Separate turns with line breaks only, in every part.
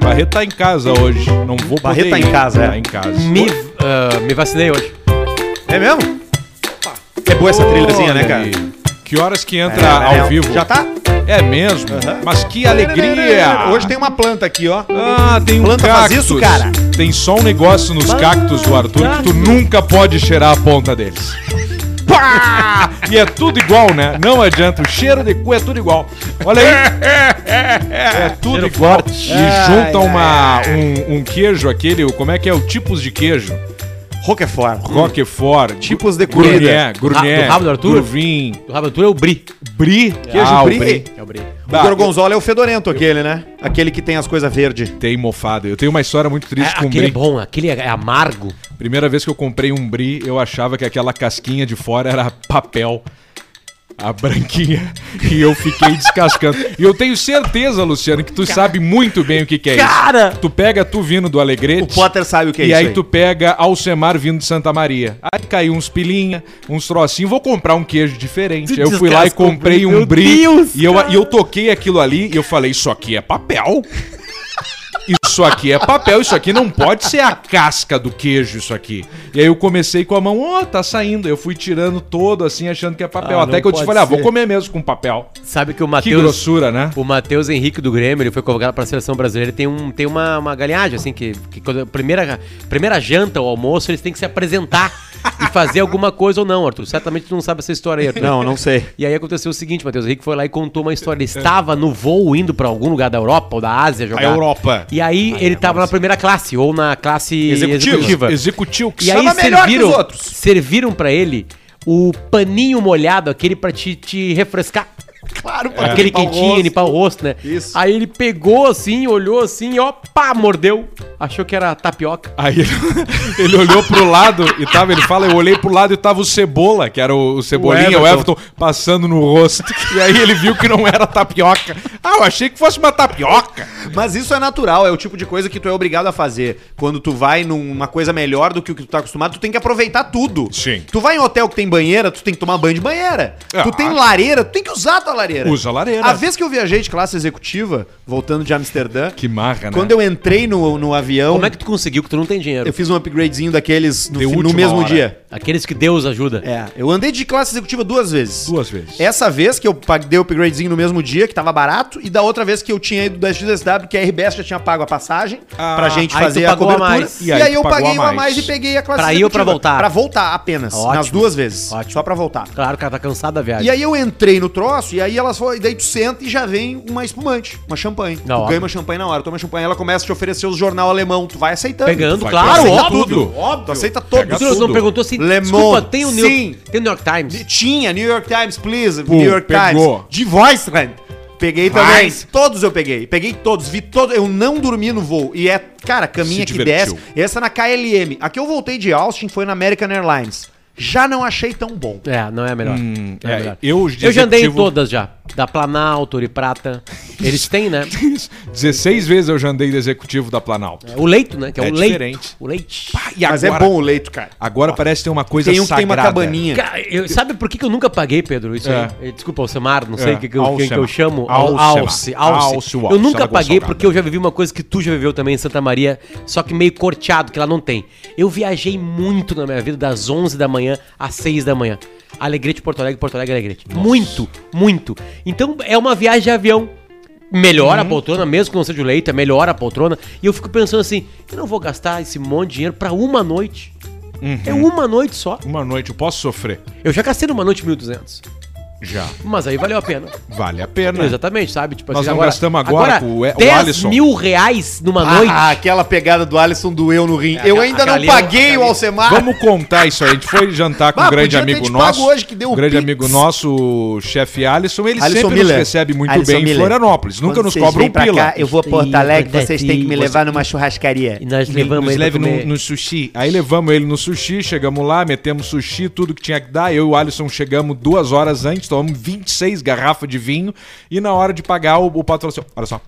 Barreto tá em casa hoje. Não vou
Barreto
poder
tá em
ir.
casa, é.
Tá em casa.
Me, ah, me vacinei hoje.
É mesmo? É boa essa trilhazinha, né, cara?
Olha aí. Que horas que entra
É,
ao vivo?
Já tá?
É mesmo? Mas que alegria!
Hoje tem uma planta aqui, ó.
Ah, tem um
Planta faz
cactus.
isso, cara?
Tem só um negócio nos cactos do Arthur que tu nunca pode cheirar a ponta deles. Pá! E é tudo igual, né? Não adianta. O cheiro de cu é tudo igual. Olha aí. É tudo
Cheiro
igual.
forte.
E junta uma, um, um queijo, aquele. o- Como é que é? O tipos de queijo?
Roquefort.
Roquefort. tipo
Tipos de
Gourmet,
comida.
gourmet.
Ah, do rabo do Arthur?
Gourvin.
O rabantura é o Bri.
Brie.
Queijo
Ah, o
brie.
brie.
É o Bri.
O gorgonzola é o fedorento aquele, né? Aquele que tem as coisas verdes.
Tem mofado. Eu tenho uma história muito triste
É,
com um
aquele é
brie.
bom, aquele é, é amargo.
Primeira vez que eu comprei um brie, eu achava que aquela casquinha de fora era papel. A branquinha. E eu fiquei descascando. E eu tenho certeza, Luciano, que tu sabe muito bem o que, que é
Cara!
isso. Tu pega tu vindo do Alegrete.
O Potter sabe o que é
e
isso
aí tu pega Alcemar vindo de Santa Maria. Aí caiu uns pilinha, uns trocinhos, vou comprar um queijo diferente.
Tu
Eu fui lá e
descasca o
comprei
brie.
um
Meu
brie.
Deus,
E eu, e eu toquei aquilo ali e eu falei, isso aqui é papel. Isso aqui é papel, isso aqui não pode ser a casca do queijo, isso aqui. E aí eu comecei com a mão, ó, tá saindo. Eu fui tirando todo assim, achando que é papel.
Ah,
Até
não
que eu disse,
pode
falei, ah, vou
ser.
comer mesmo com papel.
Sabe que o
Que
Matheus.
grossura, né?
O Matheus Henrique do Grêmio, ele foi convocado para a seleção brasileira. Ele tem, um, tem uma, uma galinhagem, assim, que, que quando a primeira, primeira janta ou almoço, eles têm que se apresentar e fazer alguma coisa ou não, Arthur. Certamente tu não sabe essa história aí, Arthur.
Não, não sei.
E aí aconteceu o seguinte, Matheus Henrique foi lá e contou uma história. Ele estava no voo indo para algum lugar da Europa ou da Ásia jogar.
Europa.
E aí ele estava na primeira classe ou na classe
Executivo.
executiva.
Executivo, que
E aí
sabe melhor que os
serviram,
outros.
serviram para ele o paninho molhado, aquele pra te, te refrescar.
Claro,
É. Aquele quentinho, limpar o rosto, né?
Isso.
Aí ele pegou assim, olhou assim, ó, pá, mordeu. Achou que era tapioca.
Aí ele, ele olhou pro lado e tava, ele fala, eu olhei pro lado e tava o Cebola, que era o, o Cebolinha, o Everton.
O Everton.
passando no rosto. E aí ele viu que não era tapioca. Ah, eu achei que fosse uma tapioca.
Mas isso é natural, é o tipo de coisa que tu é obrigado a fazer. Quando tu vai numa coisa melhor do que o que tu tá acostumado, tu tem que aproveitar tudo.
Sim.
Tu vai em hotel que tem banheira, tu tem que tomar banho de banheira.
Ah.
Tu tem lareira, tu tem que usar a tua lareira.
Usa a lareira.
A vez que eu viajei de classe executiva, voltando de Amsterdã,
Que marca, né?
quando eu entrei no, no avião,
Como é que tu conseguiu que tu não tem dinheiro?
eu fiz um upgradezinho daqueles no,
De
fi- no
última
mesmo
hora.
dia.
Aqueles que Deus ajuda.
É, eu andei de classe executiva duas vezes.
Duas vezes.
Essa vez que eu pa- dei o upgradezinho no mesmo dia, que tava barato, e da outra vez que eu tinha ido da XSW, que a RBS já tinha pago a passagem
Ah,
pra gente
aí tu
fazer a
pagou a
cobertura.
mais.
E aí,
tu
eu
pagou
paguei
a
uma a
mais.
mais e peguei a classe
Pra ir ou pra
executiva.
voltar?
Pra voltar apenas,
Ótimo.
nas duas vezes.
Ótimo.
Só pra voltar.
Claro, o cara tá cansado da viagem.
E aí eu entrei no troço, e aí elas foram, e daí tu senta e já vem uma espumante, uma champanhe.
Na
tu
hora.
ganha uma champanhe na hora, toma champanhe, ela começa a te oferecer os jornal alemão, tu vai aceitando.
Pegando,
Tu vai-
claro,
tu aceita
óbvio.
tudo. Ah, Óbvio, tu aceita
Pega
O
todos.
Deus
tudo.
não perguntou assim,
Le
desculpa,
Monde,
tem o New,
sim.
tem o New York Times?
Tinha, New York Times, please.
Pum,
New York
pegou.
Times. De voice, Rand. Peguei também.
Mas-
Todos eu peguei. Peguei todos. Vi todos. Eu não dormi no voo. E é, cara, caminha
Se
que
divertiu.
desce. Essa na KLM. A que eu voltei de Austin foi na American Airlines. Já não achei tão bom.
É, não é a melhor.
Hum,
Não é a
é,
melhor.
eu
eu,
de
já andei em
executivo-
todas já. Da Planalto, Ouro e Prata. Eles têm, né?
16 vezes eu já andei de executivo da Planalto.
O leito, né? Que é,
É
o leite.
diferente.
O leite.
Pá, e
Mas é bom o leito, cara.
Agora parece ter uma coisa
Tem um que tem uma
sagrada.
cabaninha.
Cara, eu- sabe por que, que eu nunca paguei, Pedro? Isso
É.
aí. Eh, Desculpa, Alcemar, não sei
É.
o que, que eu- quem que eu
Alcemar.
chamo.
Alcemar.
Alce, Alce.
Alce, o Alce,
Eu nunca
ela gosta
paguei
salgada.
porque eu já vivi uma coisa que tu já viveu também em Santa Maria, só que meio corteado, que ela não tem. Eu viajei muito na minha vida, das 11 da manhã às 6 da manhã. Alegrete, Porto Alegre, Porto Alegre, Alegrete. Muito, muito. Então é uma viagem de avião. Melhora a
Uhum.
poltrona, mesmo que não seja o leito, é melhor a poltrona. E eu fico pensando assim, eu não vou gastar esse monte de dinheiro pra uma noite.
Uhum.
É uma noite só.
Uma noite eu posso sofrer.
Eu já gastei numa noite 1.200.
Já.
Mas aí valeu a pena.
Vale a pena.
Exatamente, sabe? Tipo,
É. Nós não gastamos agora com o E- o
10
Alisson.
mil reais numa noite.
Ah, aquela pegada do Alisson doeu no rim.
É,
eu ainda
aquela
não
ali-
paguei
aquela
o
ali-
Alcemar.
Vamos contar isso aí. A gente foi jantar com
Bah,
um grande
podia ter
amigo
te
nosso.
pago hoje, que deu
um grande
Pix.
amigo nosso, o chefe Alisson. Ele
Alisson
sempre nos
Miller.
recebe muito
Alisson
bem em
Miller.
Florianópolis. Nunca
Quando
nos
vocês
cobra um
vêm pra
pila.
cá, eu vou a Porto
E
Alegre,
acontece
vocês têm que me
isso.
levar numa churrascaria.
E
Nos
nós ele
leve
pra
no,
comer.
no sushi. Aí levamos ele no sushi, chegamos lá, metemos sushi, tudo que tinha que dar. Eu e o Alisson chegamos duas horas antes, tomamos 26 garrafas de vinho. E na hora de pagar, o, o patrocinador. Olha só.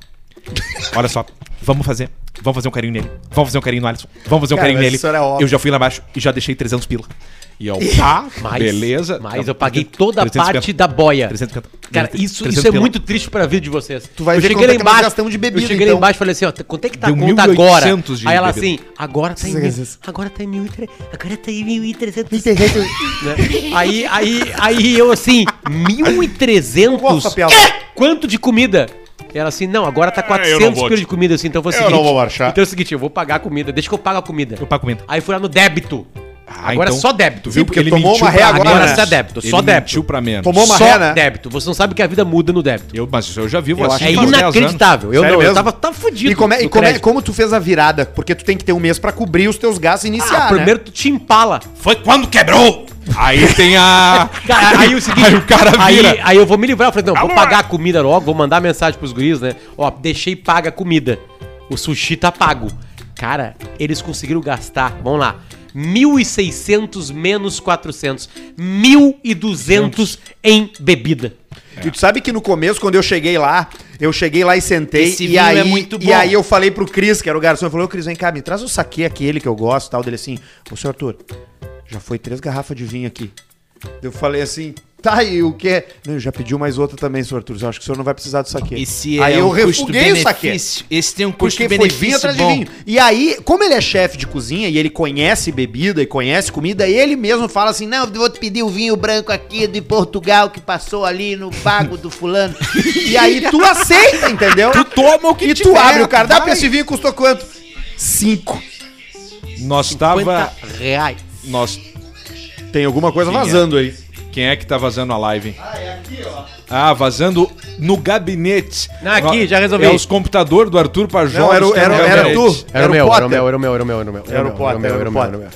Olha só. Vamos fazer. Vamos fazer um carinho nele. Vamos fazer um carinho no Alisson. Vamos fazer um
Cara,
carinho
mas
nele.
isso era óbvio.
Eu já fui lá embaixo e já deixei 300 pila. e ao pá,
Mas,
beleza. tá
Mas Ah, eu paguei toda a
350.
parte da boia.
350.
Cara, isso,
300
isso é
pila.
muito triste pra vida de vocês.
Tu vai
eu
ver
cheguei
quanto
lá
é que nós
embaixo,
gastamos de bebida,
Eu cheguei
então.
lá embaixo e falei assim, ó, quanto é que tá a
Deu
conta agora?
1.800 de
Aí ela
bebida.
assim, agora tá em mil,
Sim, sim.
agora tá em mil, e tre- agora tá em mil e trezentos. né? Aí, aí, aí eu assim, mil e trezentos?
Nossa, piada.
Quê? Quanto de comida? E Ela assim, não, agora
Ah,
tá 400 pila de comida, assim, então foi o seguinte...
não vou marchar.
Então é o seguinte, eu vou pagar a comida, deixa que eu pago a comida.
Eu pago comida.
Aí fui lá no débito.
Ah,
agora
então-
é só débito.
Tu viu
Sim,
porque
porque
ele
tomou
mentiu
uma ré
pra
agora,
menos.
né? Só débito,
Ele
só débito.
mentiu pra menos.
Tomou uma
só
ré, né?
débito. Você não sabe que a vida muda no débito.
Eu, mas isso eu já vivo
Eu
É
acho que-
faz 10 anos.
inacreditável. Eu
Sério
não, eu
mesmo?
tava, tava fudido.
E, como, é, e
no
como, é-
crédito.
como tu fez a virada? Porque tu tem que ter um mês pra cobrir os teus gastos né? iniciais.
Ah, primeiro tu te empala.
Foi quando quebrou! Aí tem a.
Cara, aí o seguinte.
Aí o cara vira.
Aí, aí eu vou me livrar. Eu falei, não, vou
Alô?
pagar a comida logo, vou mandar mensagem pros guris, né? Ó, deixei paga a comida. O sushi tá pago. Cara, eles conseguiram gastar, vamos lá, 1.600 menos 400. 1.200 em bebida.
É.
E tu sabe que no começo, quando eu cheguei lá, eu cheguei lá e sentei.
Esse
e
vinho
aí,
é muito bom.
E aí eu falei pro Cris, que era o garçom, eu falei, ô Cris, vem cá, me traz o saque aquele que eu gosto e tal. Dele assim, ô senhor Arthur, já foi três garrafas de vinho aqui. Eu falei assim, tá, e o que é? Não, eu já pediu mais outra também, senhor Arthur. Eu acho que o senhor não vai precisar do saque.
Esse
aí
é
eu
um
refuguei o saque.
custo-benefício. Esse tem um
Porque foi vinho
custo-benefício
atrás
bom.
de vinho. E aí, como ele é chefe de cozinha e ele conhece bebida e conhece comida, ele mesmo fala assim: não, eu vou te pedir o vinho branco aqui de Portugal que passou ali no pago do fulano. e aí tu aceita, entendeu?
Tu toma o assim. que
e tu
tiver,
abre o cardápio,
vai.
esse vinho custou quanto? Cinco.
Nós tava.
50 reais.
Nós...
Tem alguma coisa
vazando
aí.
Quem é que tá vazando a live? Ah, é aqui, ó. Ah, vazando no gabinete.
Não, aqui, já resolvi.
É os computadores do Arthur Pajó.
Não, era o-
que estão no
era- era
gabinete.
Era
Era
o
o meu, era
Potter.
o meu, era o meu, era o meu, era o meu.
Era o Potter, era o Potter.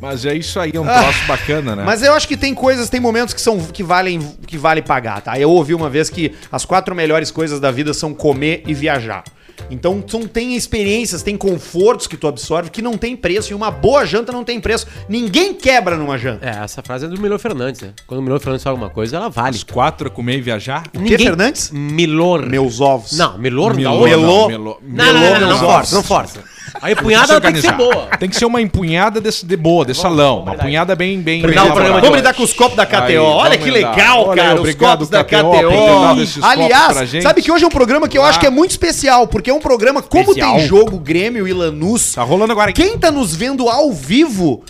Mas é isso aí, é um troço bacana, né?
Ah. Mas eu acho que tem coisas, tem momentos que são que valem que vale pagar, tá? Eu ouvi uma vez que as quatro melhores coisas da vida são comer e viajar. Então são, tem experiências, tem confortos que tu absorve que não tem preço e uma boa janta não tem preço. Ninguém quebra numa janta.
É, essa frase é do Milor Fernandes, né? Quando o Milor Fernandes fala alguma coisa, ela vale.
As quatro, comer e viajar?
quê, Fernandes?
Milor.
Meus ovos.
Não, Milor não.
Melô,
Melô.
Melô.
Não, não, não, não, não,
Melô,
não
meus
força, não
ovos.
força. A empunhada ela tem que ser boa.
Tem que ser uma empunhada desse, de boa, de salão. Uma
verdade. um
empunhada bem. bem
Terminar o
bem
programa
elaborada.
Vamos lidar com os copos da KTO.
Aí,
Olha
vamos
que
lidar.
legal,
Olha,
cara.
obrigado,
os copos da
KTO, por
KTO.
ter dado esses copos pra
Aliás,
gente.
sabe que hoje é um programa que eu
Lá.
acho que é muito especial, porque é um programa, como
Especial.
tem jogo Grêmio e Lanús,
Tá rolando agora aqui.
quem tá nos vendo ao vivo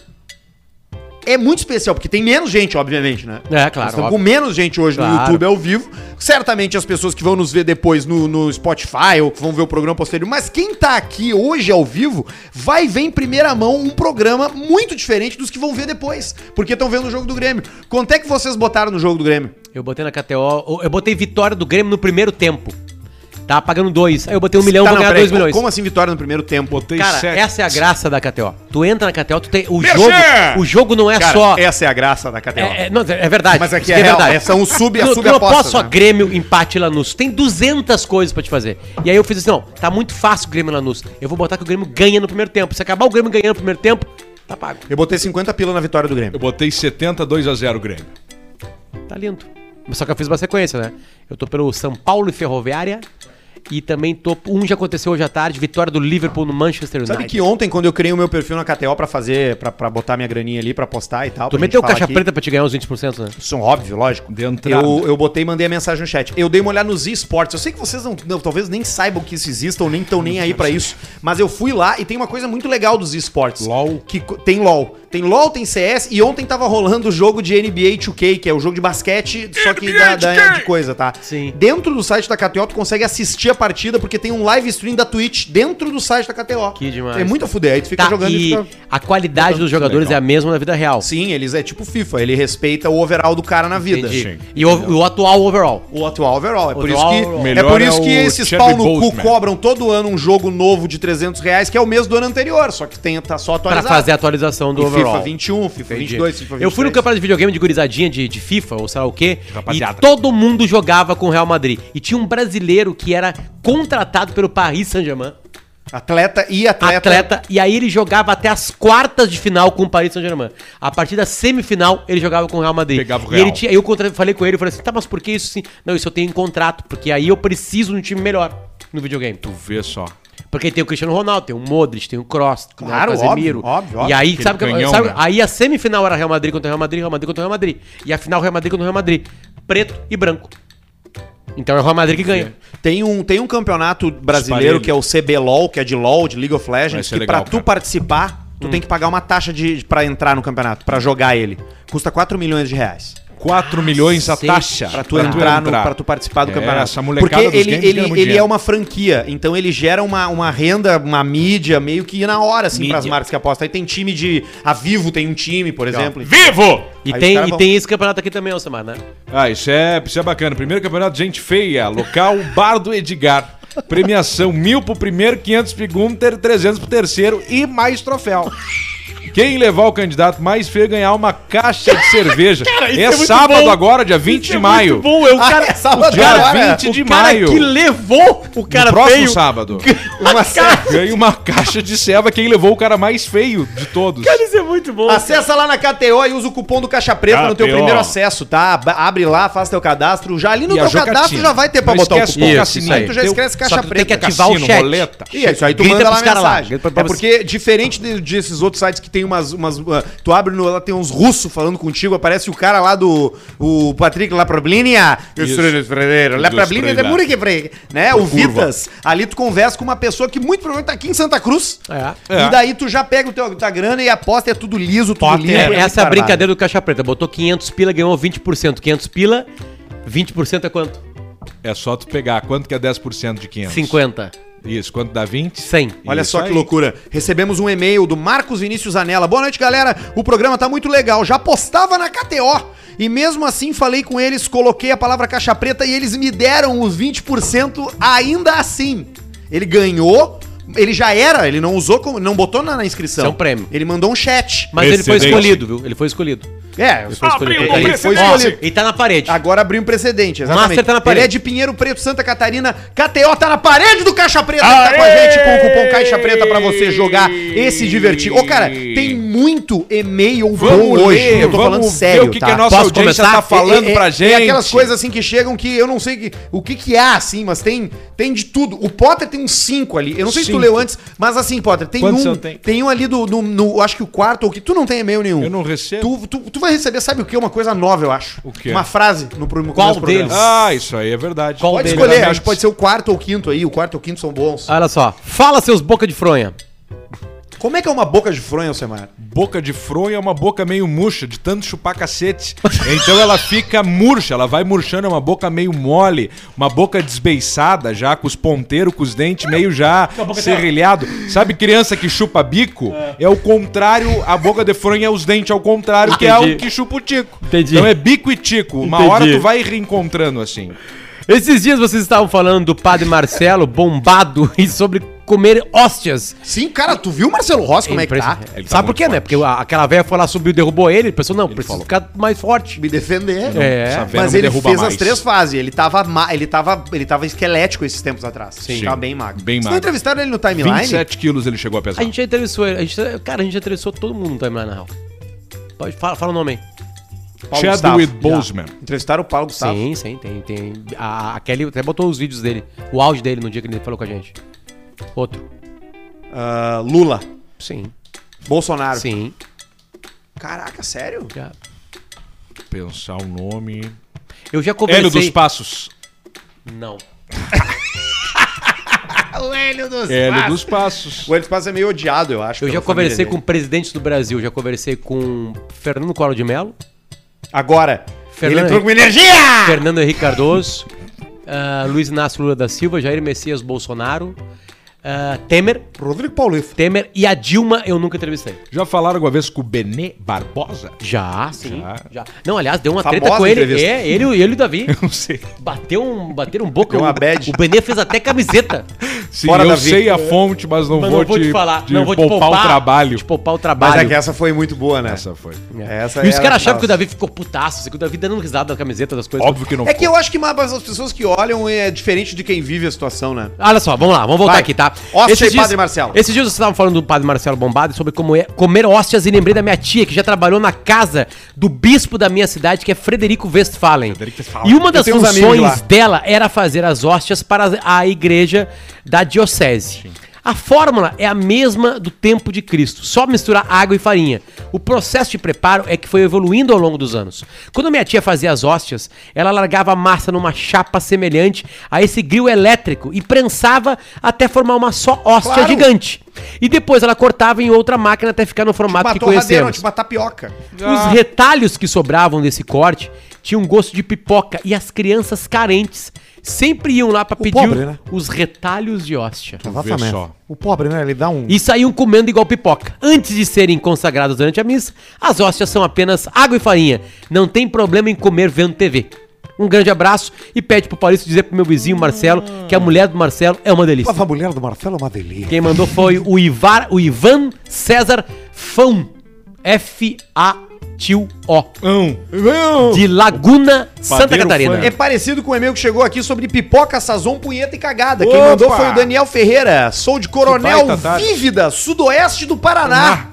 é muito especial, porque tem menos gente, obviamente, né?
É, claro,
Nós estamos com
óbvio.
menos gente hoje no
Claro.
YouTube ao vivo. Certamente as pessoas que vão nos ver depois no, no Spotify ou que vão ver o programa posterior. Mas quem tá aqui hoje ao vivo vai ver em primeira mão um programa muito diferente dos que vão ver depois. Porque estão vendo o jogo do Grêmio. Quanto é que vocês botaram no jogo do Grêmio?
Eu botei na KTO, eu botei vitória do Grêmio no primeiro tempo. Tava pagando dois. Aí eu botei um milhão,
Tá,
vou
não,
ganhar
peraí,
dois milhões.
Como assim vitória no primeiro tempo?
Botei
Cara,
sete.
essa é a graça da KTO. Tu entra na KTO, tu tem. O
Merchan!
jogo. O jogo não é
Cara,
só.
essa é a graça da KTO.
É, é, não, é verdade.
Mas aqui
isso
é real, é, são os sub- as
Não-
sub-
não
apostas,
posso só
né?
Grêmio, empate e Lanús. Tem 200 coisas pra te fazer. E aí eu fiz assim, não, tá muito fácil o Grêmio e Lanús. Eu vou botar que o Grêmio ganha no primeiro tempo. Se acabar o Grêmio ganhando no primeiro tempo, tá pago.
Eu botei 50 pila na vitória do Grêmio.
Eu botei 72 a 0 Grêmio.
Tá lindo. Mas Só que eu fiz uma sequência, né? Eu tô pelo São Paulo e Ferroviária. E também tô. Um já aconteceu hoje à tarde, vitória do Liverpool no Manchester United.
Sabe que ontem, quando eu criei o meu perfil na KTO pra fazer, pra, pra botar minha graninha ali, pra postar e tal.
Tu
pra gente
meteu
falar
caixa
aqui,
preta pra te ganhar uns 20%, né?
Isso é óbvio, lógico.
De entrada.
eu, eu botei e mandei a mensagem no chat. Eu dei uma olhada nos esportes. Eu sei que vocês não, não- talvez nem saibam que isso exista ou nem estão nem aí pra isso. Mas eu fui lá e tem uma coisa muito legal dos esportes.
LOL.
Que, co- tem LOL. Tem LOL, tem CS e ontem tava rolando o jogo de NBA 2K, que é o jogo de basquete, só que da, da- de coisa, tá?
Sim.
Dentro do site da KTO, tu consegue assistir a partida porque tem um live stream da Twitch dentro do site da KTO.
Que demais.
É muito a fuder. Aí tu fica
Tá,
jogando
e
e fica...
a qualidade dos jogadores é a mesma na vida real.
Sim, eles é tipo FIFA, ele respeita o overall do cara na vida.
Entendi. E o, o atual overall.
O atual overall. É por
Atual
isso
overall.
que, é
Melhor
por
é
isso que
o
esses
Chadwick
pau no cu
Boseman.
cobram todo ano um jogo novo de 300 reais, que é o mesmo do ano anterior, só que tem, tá só
Pra
atualizado.
fazer a atualização do
E
overall.
FIFA 21, FIFA
Entendi.
22, FIFA 23.
Eu fui no campeonato de videogame de gurizadinha de, de FIFA, ou sei lá o quê,
Rapaziada.
e todo mundo jogava com o Real Madrid. E tinha um brasileiro que era contratado pelo Paris Saint-Germain,
Atleta e atleta.
atleta. e aí ele jogava até as quartas de final com o Paris Saint-Germain. A partir da semifinal, ele jogava com o Real Madrid.
Pegava o
E
Real.
ele tinha, eu contra- falei com ele, eu falei assim, tá, mas por que isso sim? Não, isso eu tenho em contrato, porque aí eu preciso de um time melhor no videogame.
Tu vê só.
Porque tem o Cristiano Ronaldo, tem o Modric, tem o Kroos, tem
Claro,
o Casemiro.
óbvio, óbvio,
E aí,
óbvio.
sabe, que,
Aquele canhão,
sabe
né?
aí a semifinal era Real Madrid contra Real Madrid, Real Madrid contra Real Madrid. E a final Real Madrid contra Real Madrid. Preto e branco. Então é o Real Madrid que ganha.
Tem um, tem um campeonato brasileiro
Esparelho.
que é o CBLOL, que é de LOL, de League of
Vai
Legends,
ser
que
legal,
pra tu
cara.
participar,
Hum.
tu tem que pagar uma taxa de para entrar no campeonato, pra jogar ele. Custa 4 milhões de reais.
4 milhões a
Cacete.
taxa.
Ah, Pra tu entrar, no, pra tu participar do
É,
campeonato.
essa molecada
Porque
dos
ele,
games ganha muito
ele, ele é
dinheiro.
uma franquia, então ele gera uma, uma renda, uma mídia meio que na hora, assim, pras
Mídia.
marcas que apostam. Aí tem time de. A Vivo tem um time, por exemplo.
Vivo!
E,
Aí os
tem,
caras
e
vão-
tem esse campeonato aqui também, Alcemar, né?
Ah, isso é, isso é bacana. Primeiro campeonato de gente feia. Local Bar do Edgar. Premiação mil pro primeiro, 500 pro segundo, ter- 300 pro terceiro e mais troféu. Quem levar o candidato mais feio ganhar uma caixa de cerveja. é,
isso é muito
sábado
bom.
agora, dia 20 de maio.
bom, é o
cara- o
Dia
Agora,
20 de
o cara
maio.
que levou o cara
no próximo
feio.
sábado.
Uma série.
Ganha uma caixa de ceva quem levou o cara mais feio de todos.
Cara, isso é muito bom.
Acessa lá na KTO e usa o cupom do Caixa Preta no teu
KTO.
primeiro acesso, tá? Ba- Abre lá, faz teu cadastro. Já ali no
E a
teu
jogatina.
cadastro já vai ter pra
Não
botar o
esquece
cupom.
o
Isso,
cassininho.
aí tu já
Teu-
esquece
só
Caixa
que tu
é
Preta.
tem que ativar o
Cassino,
chat.
roleta.
E é isso aí, tu
Tá. Grita
manda lá a
pros caras lá.
mensagem.
Grita pra-
É porque, diferente de- desses outros sites que tem umas. umas uh, tu abre no. Lá tem uns russos falando contigo, aparece o cara lá do. O Patrick ah, Laprablinia.
Isso.
Laprablinia de
Dos
Murique, Frei. Né? O
curva.
Vitas. Ali tu conversa com uma pessoa que muito provavelmente tá aqui em Santa Cruz.
É.
É.
E daí tu já pega o teu, tua grana e aposta, é tudo liso, tudo
Potter,
limpo. é muito
essa é a
barbado.
brincadeira do Caixa Preta. Botou 500 pila, ganhou 20%. 500 pila, 20% é quanto?
É só tu pegar quanto que é 10% de 500.
50.
Isso, quanto dá 20?
100.
Olha
Isso
só que
aí.
loucura. Recebemos um e-mail do Marcos Vinícius Anela. Boa noite, galera. O programa tá muito legal. Já postava na KTO. E mesmo assim falei com eles, coloquei a palavra caixa preta e eles me deram os 20% ainda assim. Ele ganhou, ele já era, ele não usou, como- não botou na, na inscrição.
Isso é um prêmio.
Ele mandou um chat.
Mas ele foi
Precedente.
escolhido, viu? Ele foi escolhido.
É,
Ele foi escolhido.
ele foi
Ó,
escolhido.
ele tá na parede.
Agora abriu um precedente, exatamente.
Master tá na parede.
Ele é de Pinheiro Preto, Santa Catarina. KTO tá na parede do Caixa Preta. que Tá com a gente com o cupom Caixa Preta pra você jogar e se divertir. Ô, cara, tem muito e-mail bom
Vamos
hoje.
ler,
eu tô
vamos
falando
ver
sério,
o que,
tá?
que a nossa
Posso
audiência
começar?
tá falando
É- é-
pra
é
gente.
aquelas coisas assim que chegam que eu não sei que- o que que há, assim, mas tem, tem de tudo. O Potter tem uns cinco ali. Eu não sei se tu
Cinco.
leu antes, mas assim, Potter, tem
Quantos
um.
eu tenho?
Tem um ali do, do- no, acho que o quarto, ou que tu não tem e-mail nenhum.
Eu não recebo.
Tu, tu, tu vai receber, sabe o que? Uma coisa nova, eu acho.
O quê?
Uma frase no primeiro
Qual deles?
Ah, isso aí é verdade.
Qual
Pode
deles? Ah.
escolher, acho que pode ser o quarto ou o quinto aí. O quarto ou o quinto são bons.
Olha só. Fala, seus boca de fronha.
Como é que é uma boca de fronha, Alcemar?
Boca de fronha é uma boca meio murcha, de tanto chupar cacete. Então ela fica murcha, ela vai murchando, é uma boca meio mole, uma boca desbeiçada já, com os ponteiros, com os dentes meio já serrilhado. Sabe criança que chupa bico? É o contrário, a boca de fronha é os dentes ao contrário, que é
Entendi.
o que chupa o tico.
Entendi.
Então é bico e tico. Uma
Entendi.
hora tu vai reencontrando assim.
Esses dias vocês estavam falando do padre Marcelo, bombado, e sobre comer hóstias.
Sim, cara, tu viu o Marcelo Rossi como é que tá?
Impressionante.
Ele tá
Sabe por
muito
quê, né?
forte.
Porque a- aquela velha foi lá, subiu, derrubou ele. Ele pensou, não, preciso
falou.
ficar mais forte.
Me defender.
É.
Essa véia não
Mas
me
ele
derruba
fez as
mais.
três fases. Ele tava, ma- ele tava, ele tava esquelético esses tempos atrás. Sim.
Sim.
Tava bem magro.
Bem
Vocês não
magro.
entrevistaram ele no timeline?
27 quilos ele chegou a
A
pesar.
gente já entrevistou ele. A gente, cara, a gente já entrevistou todo mundo no timeline, na real. Pode, fala, fala o nome aí.
Paulo
Chadwick
Gustavo.
Boseman.
Entrevistaram o Paulo Gustavo.
Sim, sim, tem. tem. A, a Kelly até botou os vídeos dele, o áudio dele no dia que ele falou com a gente. Outro.
Ah, Lula.
Sim.
Bolsonaro.
Sim.
Caraca, sério?
Já.
Pensar o nome.
Eu já
Hélio
conversei.
dos Passos.
Não.
O Hélio dos
Hélio É, dos Passos.
O Hélio dos Passos é meio odiado, eu acho.
Eu
pela
já conversei
família
com presidentes do Brasil, já conversei com Fernando Collor de Mello,
dele. Agora.
Fernando-
Ele entrou com
Ah.
energia!
Fernando Henrique Cardoso, ah, Luiz Inácio Lula da Silva, Jair Messias Bolsonaro, ah, Temer,
Rodrigo Paulista.
Temer e a Dilma eu nunca entrevistei.
Já falaram alguma vez com o Benê Barbosa?
Já, sim.
Já.
Já. Não, aliás, deu uma
Famosa
treta com ele.
entrevista.
É, ele, ele e o Davi.
Não sei.
Bateu um, bateram um boca.
Deu uma
o-
bad.
O Benê fez até camiseta.
Sim,
Fora
eu
da
sei
vida.
a fonte, mas não,
Mas
vou,
não vou te, falar. não vou te
poupar, o trabalho.
Te poupar Tipo, o trabalho. É.
Mas é que essa foi muito boa, né?
Essa foi.
Essa é
e os
era-
caras achavam
nossa.
que o Davi ficou putaço, assim, que o Davi dando risada da camiseta, das coisas.
Óbvio que não
É que eu acho que mas as pessoas que olham é diferente de quem vive a situação, né?
Ah, Olha só, vamos lá, vamos voltar
Vai.
aqui, tá?
Hóstia e Padre Marcelo.
Esses dias vocês estavam falando do Padre Marcelo Bombado sobre como é comer hóstias e lembrei da minha tia que já trabalhou na casa do bispo da minha cidade, que é Frederico Westphalen.
Frederico Westphalen.
E uma das
tenho uns amigos lá.
funções dela era fazer as hóstias para a igreja da diocese. A fórmula é a mesma do tempo de Cristo, só misturar água e farinha. O processo de preparo é que foi evoluindo ao longo dos anos. Quando minha tia fazia as hóstias, ela largava a massa numa chapa semelhante a esse grill elétrico e prensava até formar uma só hóstia
Claro.
gigante. E depois ela cortava em outra máquina até ficar no formato Ah, que
torradeira,
conhecemos.
tipo uma tapioca.
Ah.
Os retalhos que sobravam desse corte tinham gosto de pipoca e as crianças carentes sempre iam lá pra pedir
pobre, né?
os retalhos de hóstia.
vê
Exatamente.
só.
O pobre, né? Ele dá um.
E saíam comendo igual pipoca. Antes de serem consagrados durante a missa, as hóstias são apenas água e farinha. Não tem problema em comer vendo TV. Um grande abraço e pede pro Paulista dizer pro meu vizinho Marcelo que a mulher do Marcelo é uma delícia.
Mas a mulher do Marcelo é uma delícia.
Quem mandou foi o Ivar, o Ivan César Fão. F A Tio O. De Laguna, Santa
Padeiro
Catarina.
fã.
É parecido com o e-mail que chegou aqui sobre pipoca, sazon, punheta e cagada. Quem
Opa!
mandou foi o Daniel Ferreira. Sou de Coronel
Que baita tarde.
Vívida, sudoeste do Paraná.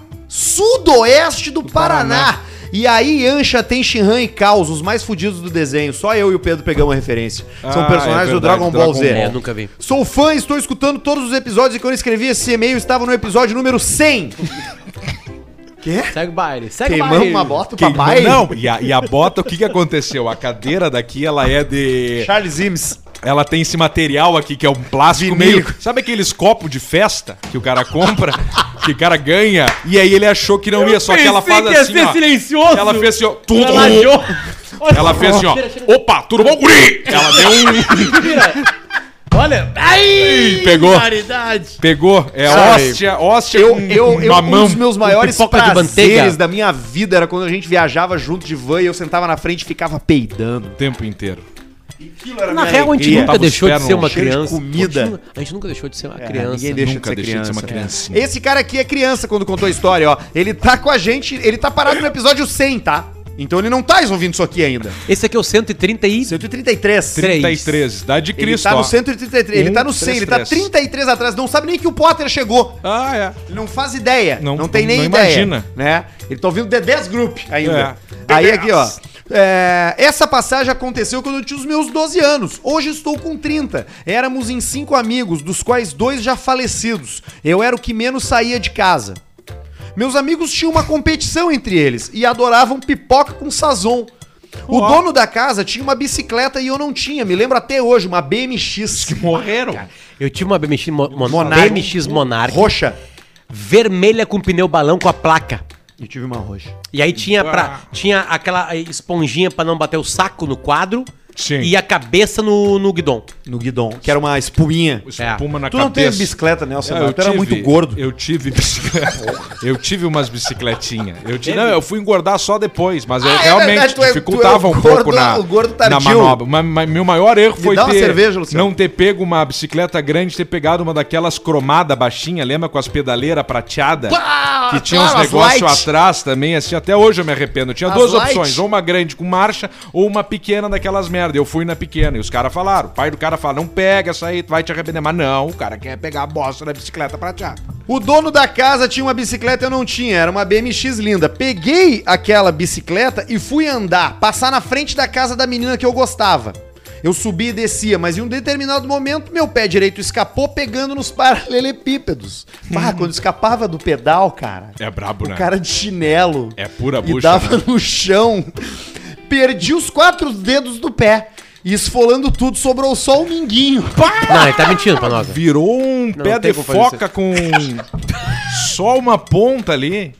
Sudoeste do, Paraná.
Paraná.
E aí, Ancha tem Shinhan e Caos, os mais fudidos do desenho. Só eu e o Pedro pegamos a referência. São
Ah,
personagens
é
do
verdade,
Dragon Ball
Dragon
Z.
Ball.
É, nunca vi.
Sou fã, estou escutando todos os episódios e quando eu escrevi esse e-mail estava no episódio número 100.
É, Segue o baile. Segue o
Queimamos
baile.
uma bota
Quem-
pra baile.
Não, e a, e a bota, o que, que aconteceu? A cadeira daqui, ela é de.
Charles Imes.
Ela tem esse material aqui que é um plástico
Vinílico.
meio. Sabe aqueles copos de festa que o cara compra, que o cara ganha, e aí ele achou que não ia, só que ela faz assim. ó.
silencioso.
Ela fez assim, ó. Tudo.
Ela lajou.
Ela fez assim, ó.
Tira, tira.
Opa, tudo bom, guri? Ela deu um.
Olha. Ai,
Ih, pegou.
Caridade.
Pegou. É
Cara,
hóstia, hóstia
Eu,
com
eu, eu um
mamão.
dos meus maiores
pipoca de
prazeres
manteiga.
da minha vida era quando a gente viajava junto de van e eu sentava na frente e ficava peidando.
O tempo inteiro.
Na real, a gente
alegria.
nunca
Tava
deixou de
esperando
ser
um
uma
cheiro de
criança.
comida.
A gente nu- A gente nunca deixou de ser uma
É,
criança.
ninguém deixa
Nunca
de ser
deixei de
criança.
ser uma
É.
criancinha.
Esse cara aqui é criança quando contou a história, ó. Ele tá com a gente, ele tá parado no episódio 100, tá? Então ele não tá ouvindo isso aqui ainda.
Esse aqui é o 130 e...
133.
Três.
33, idade de
Ele
Cristo,
tá no
ó.
133, ele
Um,
tá no 100,
três,
ele tá
três.
33 atrás, não sabe nem que o Potter chegou.
Ah, é.
Ele não faz ideia. Não,
Não-
tem nem
não
ideia.
imagina.
Né? Ele tá ouvindo The 10 Group ainda.
É.
Aí
The
aqui, ó.
10.
É, essa passagem aconteceu quando eu tinha os meus 12 anos. Hoje estou com 30. Éramos em cinco amigos, dos quais dois já falecidos. Eu era o que menos saía de casa. Meus amigos tinham uma competição entre eles e adoravam pipoca com sazon. O
Ó.
dono da casa tinha uma bicicleta e eu não tinha, me lembro até hoje, uma BMX.
Que morreram.
Eu tive uma BMX, mo, mo-
Monarch.
BMX Monarch
Roxa.
vermelha com pneu balão com a placa.
Eu tive uma roxa.
E aí tinha, pra,
Uá.
tinha aquela eh, esponjinha pra não bater o saco no quadro
Sim.
e a cabeça no, no guidon.
No guidon, que era uma espinha.
Espuma na cabeça.
Tu não teve bicicleta, Nelson?
Ah,
Neto?
eu
tu era
tive-
muito gordo.
Eu tive bicicleta. eu tive umas bicicletinhas. Eu ti- não, eu fui engordar só depois, mas eu
Ah, é
realmente
verdade, tu é- tu
dificultava
é o
um
gordo-
pouco na,
o gordo
na
tardio.
manobra. Ma- ma- meu maior erro foi
dá uma cerveja, Luciano.
não ter pego uma bicicleta grande, ter pegado uma daquelas cromada baixinha, lembra? Com as pedaleiras prateadas.
Ah,
Que tinha uns negócios atrás também, assim, até hoje eu me arrependo. Eu tinha
As
duas
light.
opções, ou uma grande com marcha, ou uma pequena daquelas merda. Eu fui na pequena e os caras falaram. O pai do cara fala, não pega essa aí, tu vai te arrepender. Mas não, o cara quer pegar a bosta da bicicleta prateada.
O dono da casa tinha uma bicicleta, eu não tinha, era uma BMX linda. Peguei aquela bicicleta e fui andar, passar na frente da casa da menina que eu gostava. Eu subia e descia, mas em um determinado momento meu pé direito escapou pegando nos paralelepípedos.
Hum.
Ah, quando escapava do pedal, cara.
É brabo,
o
né?
cara de chinelo.
É pura
E
bucha,
dava
né?
no chão. Perdi os quatro dedos do pé. E esfolando tudo, sobrou só o minguinho.
Não, ele tá mentindo pra nós. velho.
Virou um
Não,
pé
não tem
de
como fazer
foca com só uma ponta ali.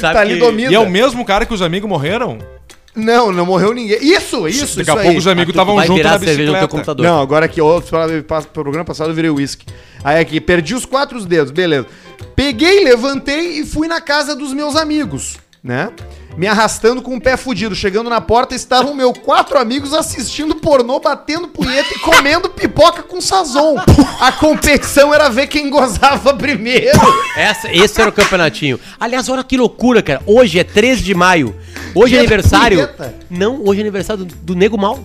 Sabe
Tá ali
que-
domínio.
E é o mesmo cara que os amigos morreram?
Não, não morreu ninguém. Isso, isso,
Daqui a
isso
pouco os amigos
Ah, Tu
estavam
vai
junto
virar
na
a cerveja no teu
bicicleta.
computador.
Não, agora aqui, ó, o programa passado eu virei uísque. Aí aqui, perdi os quatro dedos, beleza. Peguei, levantei e fui na casa dos meus amigos, né? Me arrastando com o pé fudido. Chegando na porta, estavam meus quatro amigos assistindo pornô, batendo punheta e comendo pipoca com sazon. A competição era ver quem gozava primeiro.
Essa, esse era o campeonatinho. Aliás, olha que loucura, cara. Hoje é 13 de maio. Hoje
Dia
é
da
aniversário.
punheta.
Não, hoje é aniversário do, do Nego Mal.